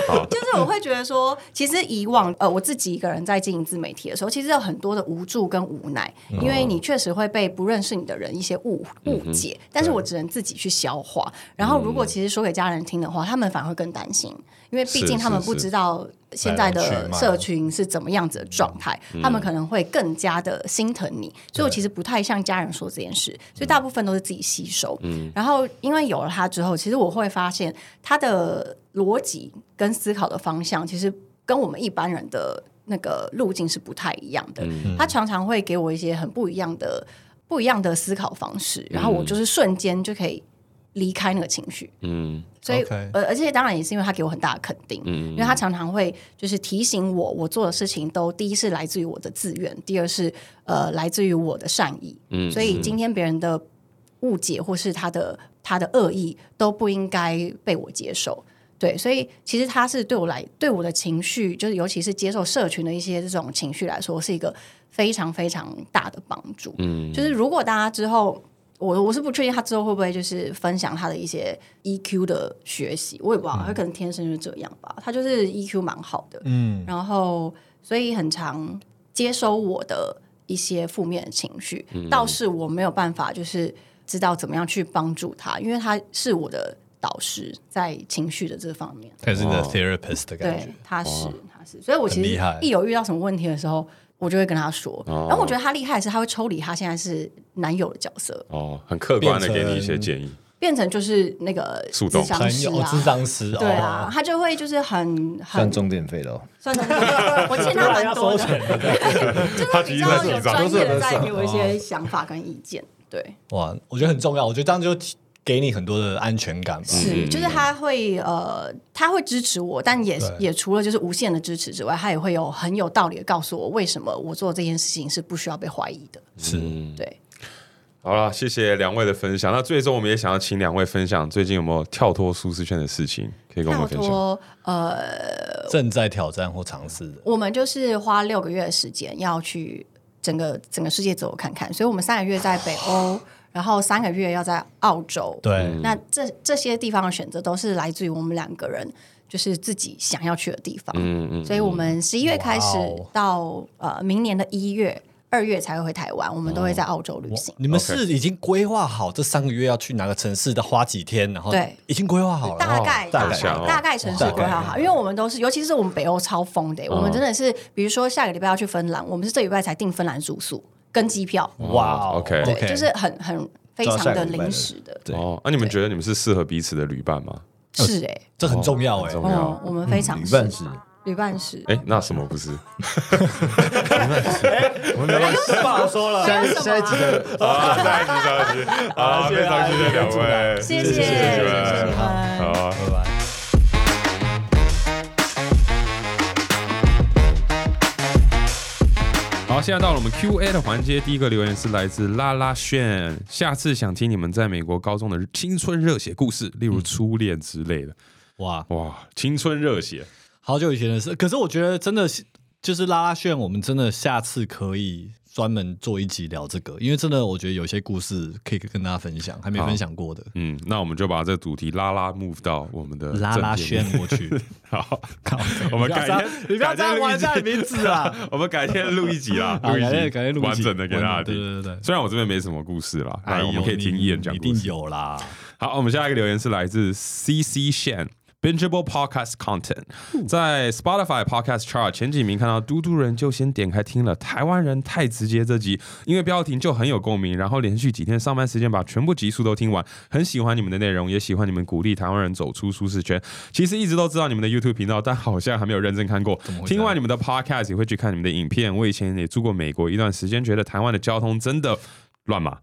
Speaker 3: 好，
Speaker 1: 就是我会觉得说，其实以往呃我自己一个人在经营自媒体的时候，其实有很多的无助跟无奈，
Speaker 3: 嗯
Speaker 1: 因
Speaker 3: 哦
Speaker 1: 为你确实会被不认识你的人一些误误解，但是我只能自己去消化。然后如果其实说给家人听的话，他们反而会更担心，因为毕
Speaker 3: 嗯是
Speaker 1: 竟他们
Speaker 3: 是
Speaker 1: 不
Speaker 3: 是
Speaker 1: 知道现在的社群是怎么样子的状态，他们可能会更加的心疼你。所以我其实不太向家人说这件事，所以大部分都是自己吸收。然后因为有了它之后，其实我会发现他的逻辑跟思考的方向其实。跟我们一般人的那个路径是不太一样的。他常常会给我一些很不一样的、不一样的思考方式，然后我就是瞬间就可以离开那个情绪。
Speaker 3: 嗯
Speaker 1: 所以
Speaker 4: OK
Speaker 1: 呃，而且当然也是因为他给我很大的肯定，
Speaker 3: 嗯
Speaker 1: 因为他常常会就是提醒我，我做的事情都第一是来自于我的自愿，第二是呃来自于我的善意，
Speaker 3: 嗯
Speaker 1: 所以今天别人的误解或是他的他的恶意都不应该被我接受。对，所以其实他是对我来对我的情绪，就是尤其是接受社群的一些这种情绪来说，是一个非常非常大的帮助。
Speaker 3: 嗯
Speaker 1: 就是如果大家之后，我我是不确定他之后会不会就是分享他的一些 EQ 的学习，我也不知道，他可能天生就是这样吧。他就是 EQ 蛮好的，
Speaker 4: 嗯，
Speaker 1: 然后所以很常接收我的一些负面的情绪，倒是我没有办法就是知道怎么样去帮助他，因为他是我的导师在情绪的这方面。
Speaker 4: 他是你的
Speaker 3: 哇
Speaker 4: therapist 的感觉
Speaker 1: 对，，他是他是，所以我其
Speaker 4: 很厉
Speaker 1: 实
Speaker 4: 害
Speaker 1: 一有遇到什么问题的时候，我就会跟他说。
Speaker 3: 哦
Speaker 1: 然后我觉得他厉害的是，他会抽离他现在是男友的角色，
Speaker 3: 哦，很客观的给你一些建议，
Speaker 1: 变成就是那个
Speaker 3: 树洞
Speaker 1: 智商
Speaker 4: 朋
Speaker 1: 师
Speaker 4: 友
Speaker 1: 啊
Speaker 4: 哦，智商师，
Speaker 1: 对啊
Speaker 4: 哦，，
Speaker 1: 他就会就是很很
Speaker 5: 算钟点费了。
Speaker 1: 算中，我欠他蛮多的，
Speaker 4: 收 钱的。
Speaker 1: 就是
Speaker 3: 他
Speaker 1: 比
Speaker 3: 其实
Speaker 1: 较
Speaker 3: 在
Speaker 1: 有
Speaker 3: 记账
Speaker 1: 专业的
Speaker 5: 都是
Speaker 1: 在给我一些想法跟意见。对，
Speaker 4: 哇，我觉得很重要，我觉得这样就提给你很多的安全感吧。
Speaker 1: 是，就是他会呃，他会支持我，但也
Speaker 4: 对
Speaker 1: 也除了就是无限的支持之外，他也会有很有道理的告诉我为什么我做这件事情是不需要被怀疑的。
Speaker 4: 是，
Speaker 3: 嗯
Speaker 1: 对，
Speaker 3: 好啦，谢谢两位的分享。那最终我们也想要请两位分享最近有没有跳脱舒适圈的事情，可以跟我
Speaker 1: 跳
Speaker 3: 们分享。
Speaker 1: 脱呃，
Speaker 4: 正在挑战或尝试的。
Speaker 1: 我们就是花六个月的时间要去整个整个世界走看看，所以我们三个月在北欧，然后三个月要在澳洲。
Speaker 4: 对，
Speaker 1: 那这这些地方的选择都是来自于我们两个人就是自己想要去的地方。
Speaker 3: 嗯嗯，
Speaker 1: 所以我们十一月开始
Speaker 4: 哇哦
Speaker 1: 到、呃明年的一月、二月才会回台湾，我们都
Speaker 4: 哦
Speaker 1: 会在澳洲旅
Speaker 4: 哇
Speaker 1: 行。
Speaker 4: 你们
Speaker 3: OK
Speaker 4: 是已经规划好这三个月要去哪个城市的花几天，然后
Speaker 1: 对
Speaker 4: 已经规划好了，
Speaker 1: 大概
Speaker 3: 大
Speaker 1: 大
Speaker 3: 概
Speaker 1: 概
Speaker 3: 哦
Speaker 1: 大概城市规划好，因为我们都是，尤其是我们北欧超疯的，我们真的是，比如说下个礼拜要去芬兰，我们是这礼拜才订芬兰住宿跟机票，
Speaker 4: 哇哦
Speaker 3: OK
Speaker 1: 对，就是很很非常的临时的，
Speaker 5: 对
Speaker 3: 哦，那、你们觉得你们是适合彼此的旅伴吗？
Speaker 1: 是哎，
Speaker 4: 这很重要哎、
Speaker 3: 重要
Speaker 1: 哦，我们非常
Speaker 5: 旅
Speaker 1: 是
Speaker 5: 伴是，
Speaker 1: 旅伴是，
Speaker 3: 哎、那什么不是？
Speaker 5: 我们聊到
Speaker 4: 不好说了
Speaker 5: 下一
Speaker 1: 什么啊
Speaker 5: 下一集的，
Speaker 3: 啊，下一集，下一集，啊，
Speaker 4: 谢谢
Speaker 3: 非常谢谢两位，
Speaker 1: 谢谢
Speaker 3: 谢你
Speaker 1: 谢谢
Speaker 3: 们
Speaker 1: 你们
Speaker 3: 好啊。
Speaker 4: 拜拜。
Speaker 3: 好，现在到了我们 Q&A 的环节，第一个留言是来自拉拉炫，下次想听你们在美国高中的青春热血故事，例如初恋之类的。
Speaker 4: 哇，
Speaker 3: 哇，青春热血，
Speaker 4: 好久以前的事，可是我觉得真的是就是拉拉炫，我们真的下次可以专门做一集聊这个，因为真的我觉得有些故事可以跟大家分享，还没
Speaker 3: 好
Speaker 4: 分享过的。
Speaker 3: 嗯，那我们就把这个主题拉拉 move 到我们的
Speaker 4: 拉拉
Speaker 3: 正片
Speaker 4: 炫
Speaker 3: 里，
Speaker 4: 过去，
Speaker 3: 好，我们
Speaker 4: 不要
Speaker 3: 改
Speaker 4: 这样
Speaker 3: 天，
Speaker 4: 你不要这样玩
Speaker 3: 改
Speaker 4: 家
Speaker 3: 天
Speaker 4: 的
Speaker 3: 录一集
Speaker 4: 名字啊！
Speaker 3: 我们改天录一集啦，
Speaker 4: 好
Speaker 3: 录一
Speaker 4: 改
Speaker 3: 集，
Speaker 4: 天改天录一集
Speaker 3: 完整的给大家
Speaker 4: 完整
Speaker 3: 听。
Speaker 4: 对对对
Speaker 3: 虽然我这边没什么故事啦，
Speaker 4: 哎
Speaker 3: 但
Speaker 4: 呦
Speaker 3: 我们可以听
Speaker 4: 你
Speaker 3: 伊人讲
Speaker 4: 一
Speaker 3: 故
Speaker 4: 定
Speaker 3: 事。
Speaker 4: 有啦。
Speaker 3: 好，我们下一个留言是来自 CC Shan。Bingeable Podcast Content
Speaker 4: 嗯
Speaker 3: 在 Spotify Podcast Chart 前几名看到嘟嘟人就先点开听了，台湾人太直接这集，因为标题就很有共鸣，然后连续几天上班时间把全部集数都听完，很喜欢你们的内容，也喜欢你们鼓励台湾人走出舒适圈。其实一直都知道你们的 YouTube 频道，但好像还没有认真看过
Speaker 4: 么。啊会这样
Speaker 3: 听完你们的 Podcast 也会去看你们的影片。我以前也住过美国一段时间，觉得台湾的交通真的乱码。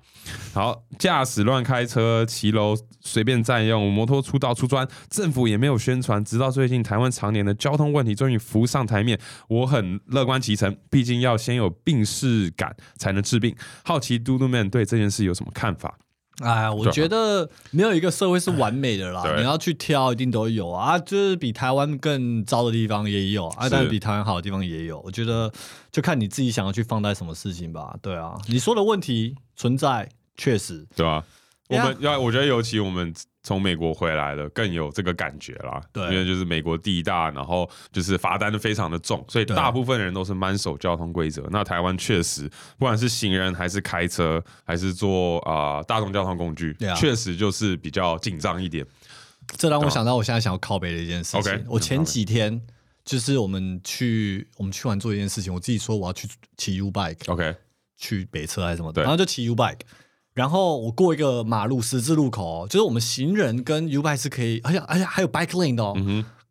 Speaker 3: 好，驾驶乱开车，骑楼随便占用，摩托出道出砖，政府也没有宣传，直到最近台湾常年的交通问题终于浮上台面，我很乐观其成，毕竟要先有病视感才能治病。好奇嘟嘟 man 对这件事有什么看法？
Speaker 4: 哎，我
Speaker 3: 对啊
Speaker 4: 觉得没有一个社会是完美的啦，
Speaker 3: 对
Speaker 4: 你要去挑，一定都有啊。就是比台湾更糟的地方也有啊，
Speaker 3: 是
Speaker 4: 但是比台湾好的地方也有。我觉得就看你自己想要去放在什么事情吧。对啊，你说的问题存在，确实
Speaker 3: 对吧、我
Speaker 4: Yeah
Speaker 3: 们要，我觉得尤其我们从美国回来的更有这个感觉啦。
Speaker 4: 对
Speaker 3: 因为就是美国地大，然后就是罚单非常的重，所以
Speaker 4: 对
Speaker 3: 大部分人都是满守交通规则。那台湾确实，不管是行人还是开车，还是坐啊、呃大众交通工具
Speaker 4: Yeah，
Speaker 3: 确实就是比较紧张一点。
Speaker 4: 这让我想到我现在想要靠背的一件事
Speaker 3: 啊 OK，
Speaker 4: 情。我前几天就是我们去我们去玩做一件事情，我自己说我要去骑 U bike，
Speaker 3: OK，
Speaker 4: 去北车还是什么的，
Speaker 3: 对
Speaker 4: 然后就骑 U bike，然后我过一个马路十字路
Speaker 3: 嗯
Speaker 4: 口、哦，就是我们行人跟 U bike 是可以，而且而且还有 bike lane 的哦，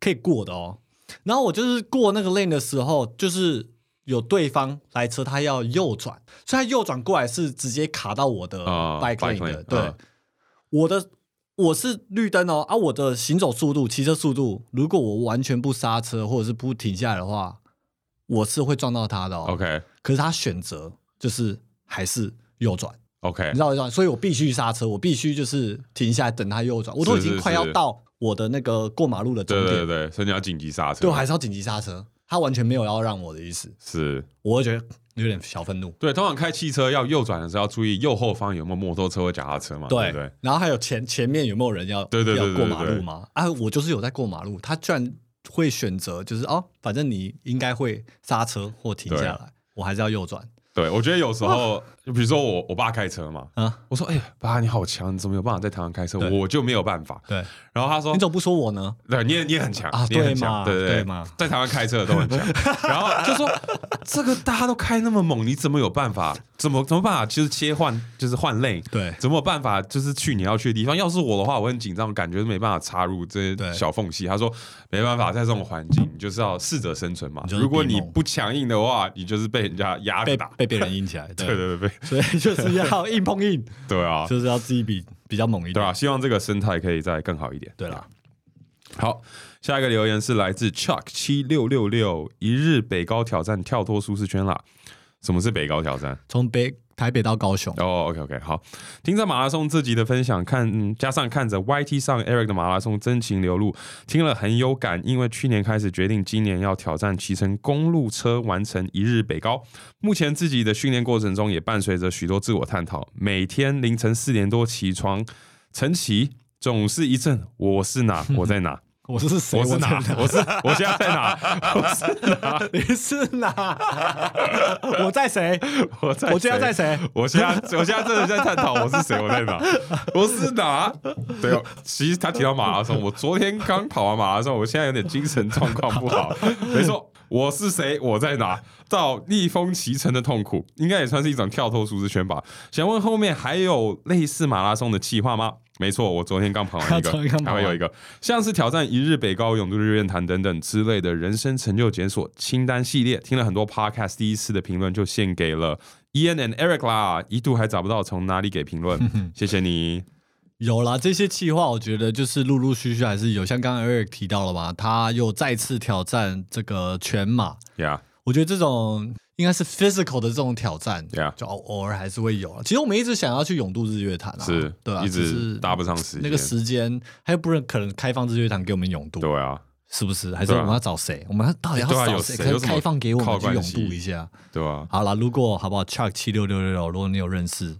Speaker 4: 可以过的哦。然后我就是过那个 lane 的时候，就是有对方来车，他要右转，所以他右转过来是直接卡到我的
Speaker 3: 啊
Speaker 4: bike
Speaker 3: bike
Speaker 4: lane 的。
Speaker 3: lane，
Speaker 4: 对，
Speaker 3: 啊
Speaker 4: 我的我是绿灯哦，啊，我的行走速度、骑车速度，如果我完全不刹车或者是不停下来的话，我是会撞到他的哦。
Speaker 3: OK
Speaker 4: 可是他选择就是还是右转。
Speaker 3: OK，
Speaker 4: 你知道我意思吗所以我必须刹车，我必须就是停下来等他右转，我都已
Speaker 3: 是
Speaker 4: 经
Speaker 3: 是
Speaker 4: 快要
Speaker 3: 是
Speaker 4: 到我的那个过马路的终
Speaker 3: 对
Speaker 4: 点，
Speaker 3: 对对，所以你要紧急刹车。
Speaker 4: 对我还是要紧急刹车，他完全没有要让我的意思，
Speaker 3: 是
Speaker 4: 我会觉得有点小愤怒。
Speaker 3: 对，通常开汽车要右转的时候要注意右后方有没有摩托车或脚踏车嘛，对
Speaker 4: 对
Speaker 3: 不啊对？
Speaker 4: 然后还有前前面有没有人要
Speaker 3: 对对对
Speaker 4: 要
Speaker 3: 对
Speaker 4: 过
Speaker 3: 对
Speaker 4: 马
Speaker 3: 对
Speaker 4: 路吗？啊，我就是有在过马路，他居然会选择就是哦，反正你应该会刹车或停
Speaker 3: 对
Speaker 4: 下来，我还是要右转
Speaker 3: 对，我觉得有时候，就比如说我我爸开车嘛，
Speaker 4: 啊。
Speaker 3: 我说：“哎、呀，爸，你好强，你怎么有办法在台湾开车？
Speaker 4: 对
Speaker 3: 我就没有办法。”
Speaker 4: 对，
Speaker 3: 然后他说
Speaker 4: 你怎么不说我呢？：“
Speaker 3: 对，你也你也很强
Speaker 4: 啊
Speaker 3: 你也很
Speaker 4: 对嘛
Speaker 3: 强，对对
Speaker 4: 对嘛
Speaker 3: 在台湾开车的都 很强。”然后就说：“这个大家都开那么猛，你怎么有办法？怎么怎么办法？就是切换，就是换类，
Speaker 4: 对
Speaker 3: 怎么有办法？就是去你要去的地方。要是我的话，我很紧张，感觉没办法插入这些
Speaker 4: 对
Speaker 3: 小缝隙。”他说：“没办法，在这种环境，你就是要适者生存嘛
Speaker 4: 你。就是
Speaker 3: 如果你
Speaker 4: 比猛
Speaker 3: 不强硬的话，你就是被人家压着
Speaker 4: 被
Speaker 3: 打。
Speaker 4: 被别人硬起来，对
Speaker 3: 对对对对
Speaker 4: 所以就是要硬碰 硬，
Speaker 3: 对啊！
Speaker 4: 就是要自己比比较猛一点。
Speaker 3: 对啊，希望这个生态可以再更好一点。
Speaker 4: 对啦，
Speaker 3: 好，下一个留言是来自 Chuck 七六六六，一日北高挑战跳脱舒适圈啦。什么是北高挑战？
Speaker 4: 从北台北到高雄，
Speaker 3: 哦、o k OK，好，听着马拉松这集的分享，看、嗯加上看着 YT 上 Eric 的马拉松真情流露，听了很有感，因为去年开始决定今年要挑战骑乘公路车完成一日北高。目前自己的训练过程中也伴随着许多自我探讨，每天凌晨四点多起床晨骑，总是一阵我是哪我在哪。
Speaker 4: 我是谁？
Speaker 3: 我是
Speaker 4: 在
Speaker 3: 哪？我是我现在在哪？我是哪？
Speaker 4: 你是哪？ 我在谁？
Speaker 3: 我在？
Speaker 4: 我现在在谁？
Speaker 3: 我现在我现在真的在探讨我是谁，我在哪？我是哪？对哦，其实他提到马拉松，我昨天刚跑完马拉松，我现在有点精神状况不好。没错，我是谁？我在哪？到逆风骑乘的痛苦，应该也算是一种跳脱舒适圈吧。想问后面还有类似马拉松的计划吗？没错，我昨天刚跑完一 个
Speaker 4: 昨天刚，跑
Speaker 3: 还
Speaker 4: 完
Speaker 3: 会有一个像是挑战一日北高、永渡日月潭等等之类的人生成就检索清单系列，听了很多 podcast，第一次的评论就献给了 Ian and Eric 啦，一度还找不到从哪里给 评论，谢谢你。
Speaker 4: 有啦，这些计划我觉得就是陆陆续续还是有，像刚刚 Eric 提到了吧，他又再次挑战这个全马，
Speaker 3: Yeah，
Speaker 4: 我觉得这种应该是 physical 的这种挑战
Speaker 3: Yeah
Speaker 4: 就偶偶尔还是会有啊。其实我们一直想要去永渡日月潭啊，
Speaker 3: 是，
Speaker 4: 对啊，
Speaker 3: 一
Speaker 4: 只
Speaker 3: 直
Speaker 4: 是
Speaker 3: 搭不上时间。
Speaker 4: 那个时间，还有不能可能开放日月潭给我们永渡，
Speaker 3: 对啊，
Speaker 4: 是不是？还是
Speaker 3: 对啊
Speaker 4: 我们要找谁？我们要到底要
Speaker 3: 对啊
Speaker 4: 找
Speaker 3: 有
Speaker 4: 谁
Speaker 3: 谁
Speaker 4: 可以
Speaker 3: 有什么
Speaker 4: 开放给我
Speaker 3: 靠
Speaker 4: 们去
Speaker 3: 关
Speaker 4: 永
Speaker 3: 系
Speaker 4: 渡一下？
Speaker 3: 对啊
Speaker 4: 好啦，如果好不好？Chuck 七六六六六，如果你有认识，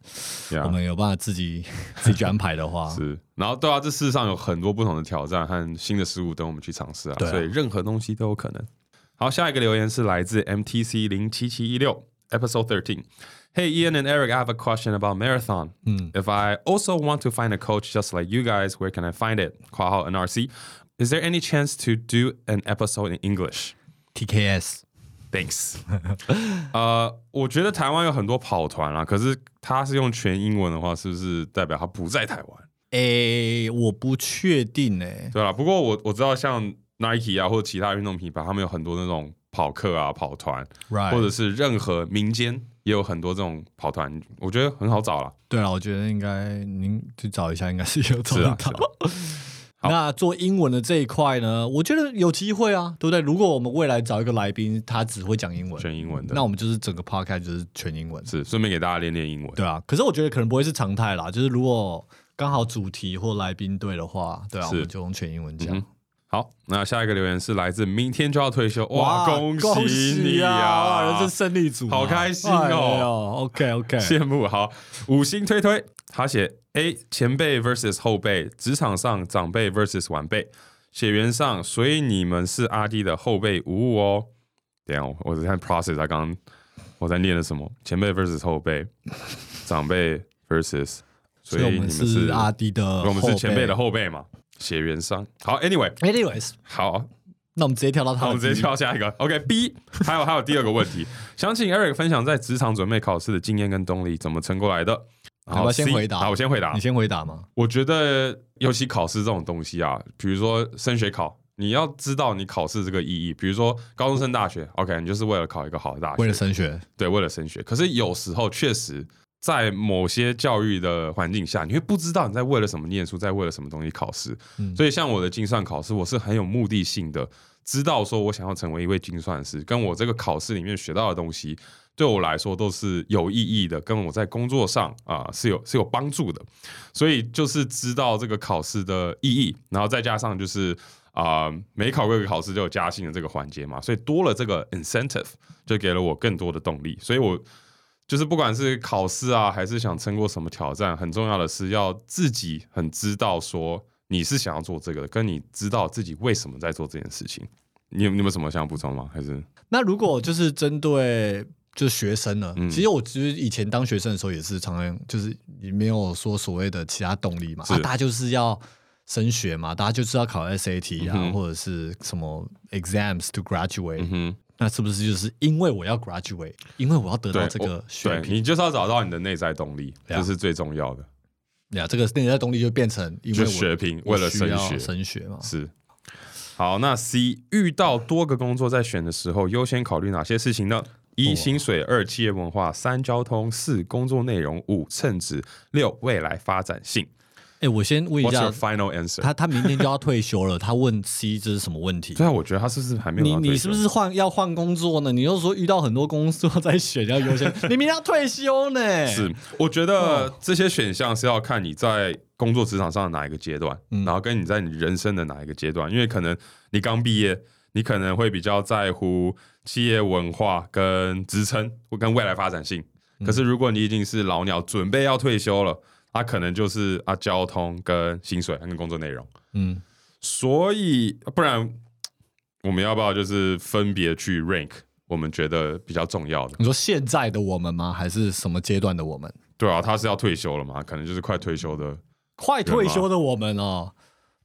Speaker 4: 我
Speaker 3: ，Yeah，
Speaker 4: 们有办法自 己自己去安排的话，
Speaker 3: 是。然后对啊，这世上有很多不同的挑战和新的事物等我们去尝试啊，
Speaker 4: 对啊
Speaker 3: 所以任何东西都有可能。好，下一个留言是来自 MTC 零七七一六 Episode Thirteen。Hey Ian and Eric, I have a question about marathon.
Speaker 4: Hmm.
Speaker 3: If I also want to find a coach just like you guys, where can I find it? 括号 NRC. Is there any chance to do an episode in English?
Speaker 4: TKS
Speaker 3: Thanks 呃，我觉得台湾有很多跑团啦，可是他是用全英文的话，是不是代表他不在台湾？
Speaker 4: 诶、我不确定诶、
Speaker 3: 对啦，不过我我知道像 Nike 啊，或者其他运动品牌，他们有很多那种跑课啊、跑团
Speaker 4: Right
Speaker 3: 或者是任何民间也有很多这种跑团，我觉得很好找啦。
Speaker 4: 对了，我觉得应该您去找一下，应该是有找
Speaker 3: 是
Speaker 4: 得
Speaker 3: 啊
Speaker 4: 到。 那做英文的这一块呢，我觉得有机会啊，对不对？如果我们未来找一个来宾，他只会讲英文，
Speaker 3: 全英文的
Speaker 4: 那我们就是整个 podcast 就是全英文，
Speaker 3: 是顺便给大家练练英文。
Speaker 4: 对啊。可是我觉得可能不会是常态啦，就是如果刚好主题或来宾对的话，对啊，
Speaker 3: 是嗯
Speaker 4: 我们就用全英文讲。
Speaker 3: 好，那下一个留言是来自明天就要退休，哇，恭
Speaker 4: 恭
Speaker 3: 你
Speaker 4: 啊！哇，人
Speaker 3: 这
Speaker 4: 生胜利组啊，
Speaker 3: 好开心哦
Speaker 4: OK OK，
Speaker 3: 羡慕。好，五星推推，他写 A 前辈 versus 后辈，职场上长辈 versus 晚辈，血缘上，所以你们是阿弟的后辈无误哦。等一下，我我只看 process，他刚刚我在念的什么？前辈 versus 后辈，长辈 versus，
Speaker 4: 所
Speaker 3: 所
Speaker 4: 以我
Speaker 3: 以你
Speaker 4: 们
Speaker 3: 们
Speaker 4: 是
Speaker 3: 是
Speaker 4: 阿，迪的，
Speaker 3: 我们是前辈的。后辈嘛，血缘上。好，anyway，
Speaker 4: Anyways，
Speaker 3: 好，
Speaker 4: 那我们直接跳到他
Speaker 3: 好，
Speaker 4: 的
Speaker 3: 我
Speaker 4: 第一，
Speaker 3: 们直接跳下一个。OK，B，还有还有第二个问题， 想请 Eric 分享在职场准备考试的经验跟动力，怎么撑过来的？
Speaker 4: 要不要先
Speaker 3: C
Speaker 4: 回答
Speaker 3: 好，我先回答
Speaker 4: 你。先回答嘛。
Speaker 3: 我觉得，尤其考试这种东西啊，比如说升学考，你要知道你考试这个意义。比如说高中升大学，OK，你啊就是为了考一个好的大学，
Speaker 4: 为了升学，
Speaker 3: 对，为了升学。可是有时候确实在某些教育的环境下，你会不知道你在为了什么念书，在为了什么东西考试。所以像我的精算考试，我是很有目的性的，知道说我想要成为一位精算师，跟我这个考试里面学到的东西，对我来说都是有意义的，跟我在工作上啊、是有是有帮助的。所以就是知道这个考试的意义，然后再加上就是啊、每考过一个考试就有加薪的这个环节嘛，所以多了这个 incentive，就给了我更多的动力。所以我就是不管是考试啊，还是想撑过什么挑战，很重要的是要自己很知道说你是想要做这个的，跟你知道自己为什么在做这件事情。你有你有没有什么想补充吗？还是
Speaker 4: 那如果就是针对就是学生呢？
Speaker 3: 嗯
Speaker 4: 其实我其实以前当学生的时候也是常常就是也没有说所谓的其他动力嘛，
Speaker 3: 是
Speaker 4: 啊，大家就是要升学嘛，大家就是要考 SAT 啊，
Speaker 3: 嗯哼
Speaker 4: 或者是什么 exams to graduate，、
Speaker 3: 嗯哼，
Speaker 4: 那是不是就是因为我要 graduate，因为我要得到
Speaker 3: 对
Speaker 4: 这
Speaker 3: 我
Speaker 4: 个学
Speaker 3: 对
Speaker 4: 历？
Speaker 3: 你就是要找到你的内在动力，
Speaker 4: 对啊
Speaker 3: 这是最重要的。
Speaker 4: 呀，这个内在动力就变成因为
Speaker 3: 就
Speaker 4: 我
Speaker 3: 学评
Speaker 4: 我
Speaker 3: 为了
Speaker 4: 需
Speaker 3: 升
Speaker 4: 要
Speaker 3: 学
Speaker 4: 升学嘛，
Speaker 3: 是。好，那 C 遇到多个工作在选的时候，优先考虑哪些事情呢？一
Speaker 4: 哇
Speaker 3: 薪水，二企业文化，三交通，四工作内容，五称职，六未来发展性。
Speaker 4: 哎，我先问一
Speaker 3: What's
Speaker 4: 下
Speaker 3: your，final answer？
Speaker 4: 他他明天就要退休了，他问 C 这是什么问题？
Speaker 3: 对啊，我觉得他是不是还没有
Speaker 4: 你
Speaker 3: 到退
Speaker 4: 你是不
Speaker 3: 休
Speaker 4: 是换要换工作呢？你又说遇到很多工作在选，要 优先，你明天要退休呢？
Speaker 3: 是，嗯我觉得这些选项是要看你在工作职场上的哪一个阶段，嗯然后跟你在你人生的哪一个阶段，因为可能你刚毕业，你可能会比较在乎企业文化跟职称或跟未来发展性。可是如果你已经是老鸟，准备要退休了，它、可能就是啊交通跟薪水跟工作内容。
Speaker 4: 嗯，
Speaker 3: 所以不然我们要不要就是分别去 rank 我们觉得比较重要的？
Speaker 4: 你说现在的我们吗？还是什么阶段的我们？
Speaker 3: 对啊，他是要退休了嘛，可能就是快退休的。
Speaker 4: 快退休的我们哦，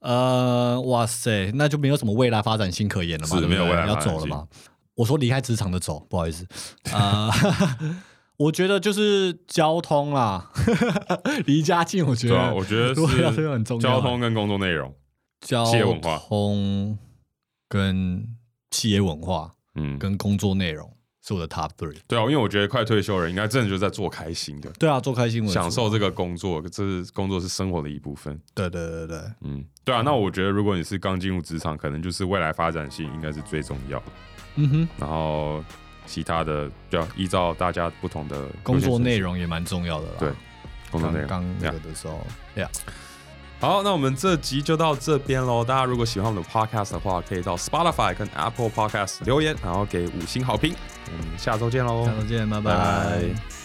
Speaker 4: 呃，哇塞，那就没有什么未来发展性可言了嘛，
Speaker 3: 是
Speaker 4: 对不对
Speaker 3: 没有未来
Speaker 4: 要
Speaker 3: 发展性
Speaker 4: 走了嘛。我说离开职场的走，不好意思，啊、 我觉得就是交通啦， 离家近，我觉
Speaker 3: 对
Speaker 4: 得，
Speaker 3: 啊，我觉得
Speaker 4: 如果要退休很
Speaker 3: 是
Speaker 4: 重要啊
Speaker 3: 交通跟工作内容，
Speaker 4: 交
Speaker 3: 企业文化
Speaker 4: 通跟企业文化
Speaker 3: 嗯，
Speaker 4: 跟工作内容是我的 top three。
Speaker 3: 对啊，因为我觉得快退休的人应该真的就在做开心的，
Speaker 4: 对啊，做开心为主
Speaker 3: 享受这个工作，这是工作是生活的一部分。
Speaker 4: 对对对对对，
Speaker 3: 嗯，对啊，那我觉得如果你是刚进入职场，可能就是未来发展性应该是最重要的，
Speaker 4: 嗯哼，
Speaker 3: 然后其他的就要依照大家不同的
Speaker 4: 工作内
Speaker 3: 容，
Speaker 4: 容也蛮重要的啦。
Speaker 3: 对工作
Speaker 4: 刚
Speaker 3: 内容。
Speaker 4: 刚
Speaker 3: 这
Speaker 4: 那
Speaker 3: 样
Speaker 4: 个的时候，对啊，
Speaker 3: 好，那我们这集就到这边喽。大家如果喜欢我们的 podcast 的话，可以到 Spotify 跟 Apple Podcast 留言，然后给五星好评。我们下周见喽，
Speaker 4: 下周见，拜
Speaker 3: 拜拜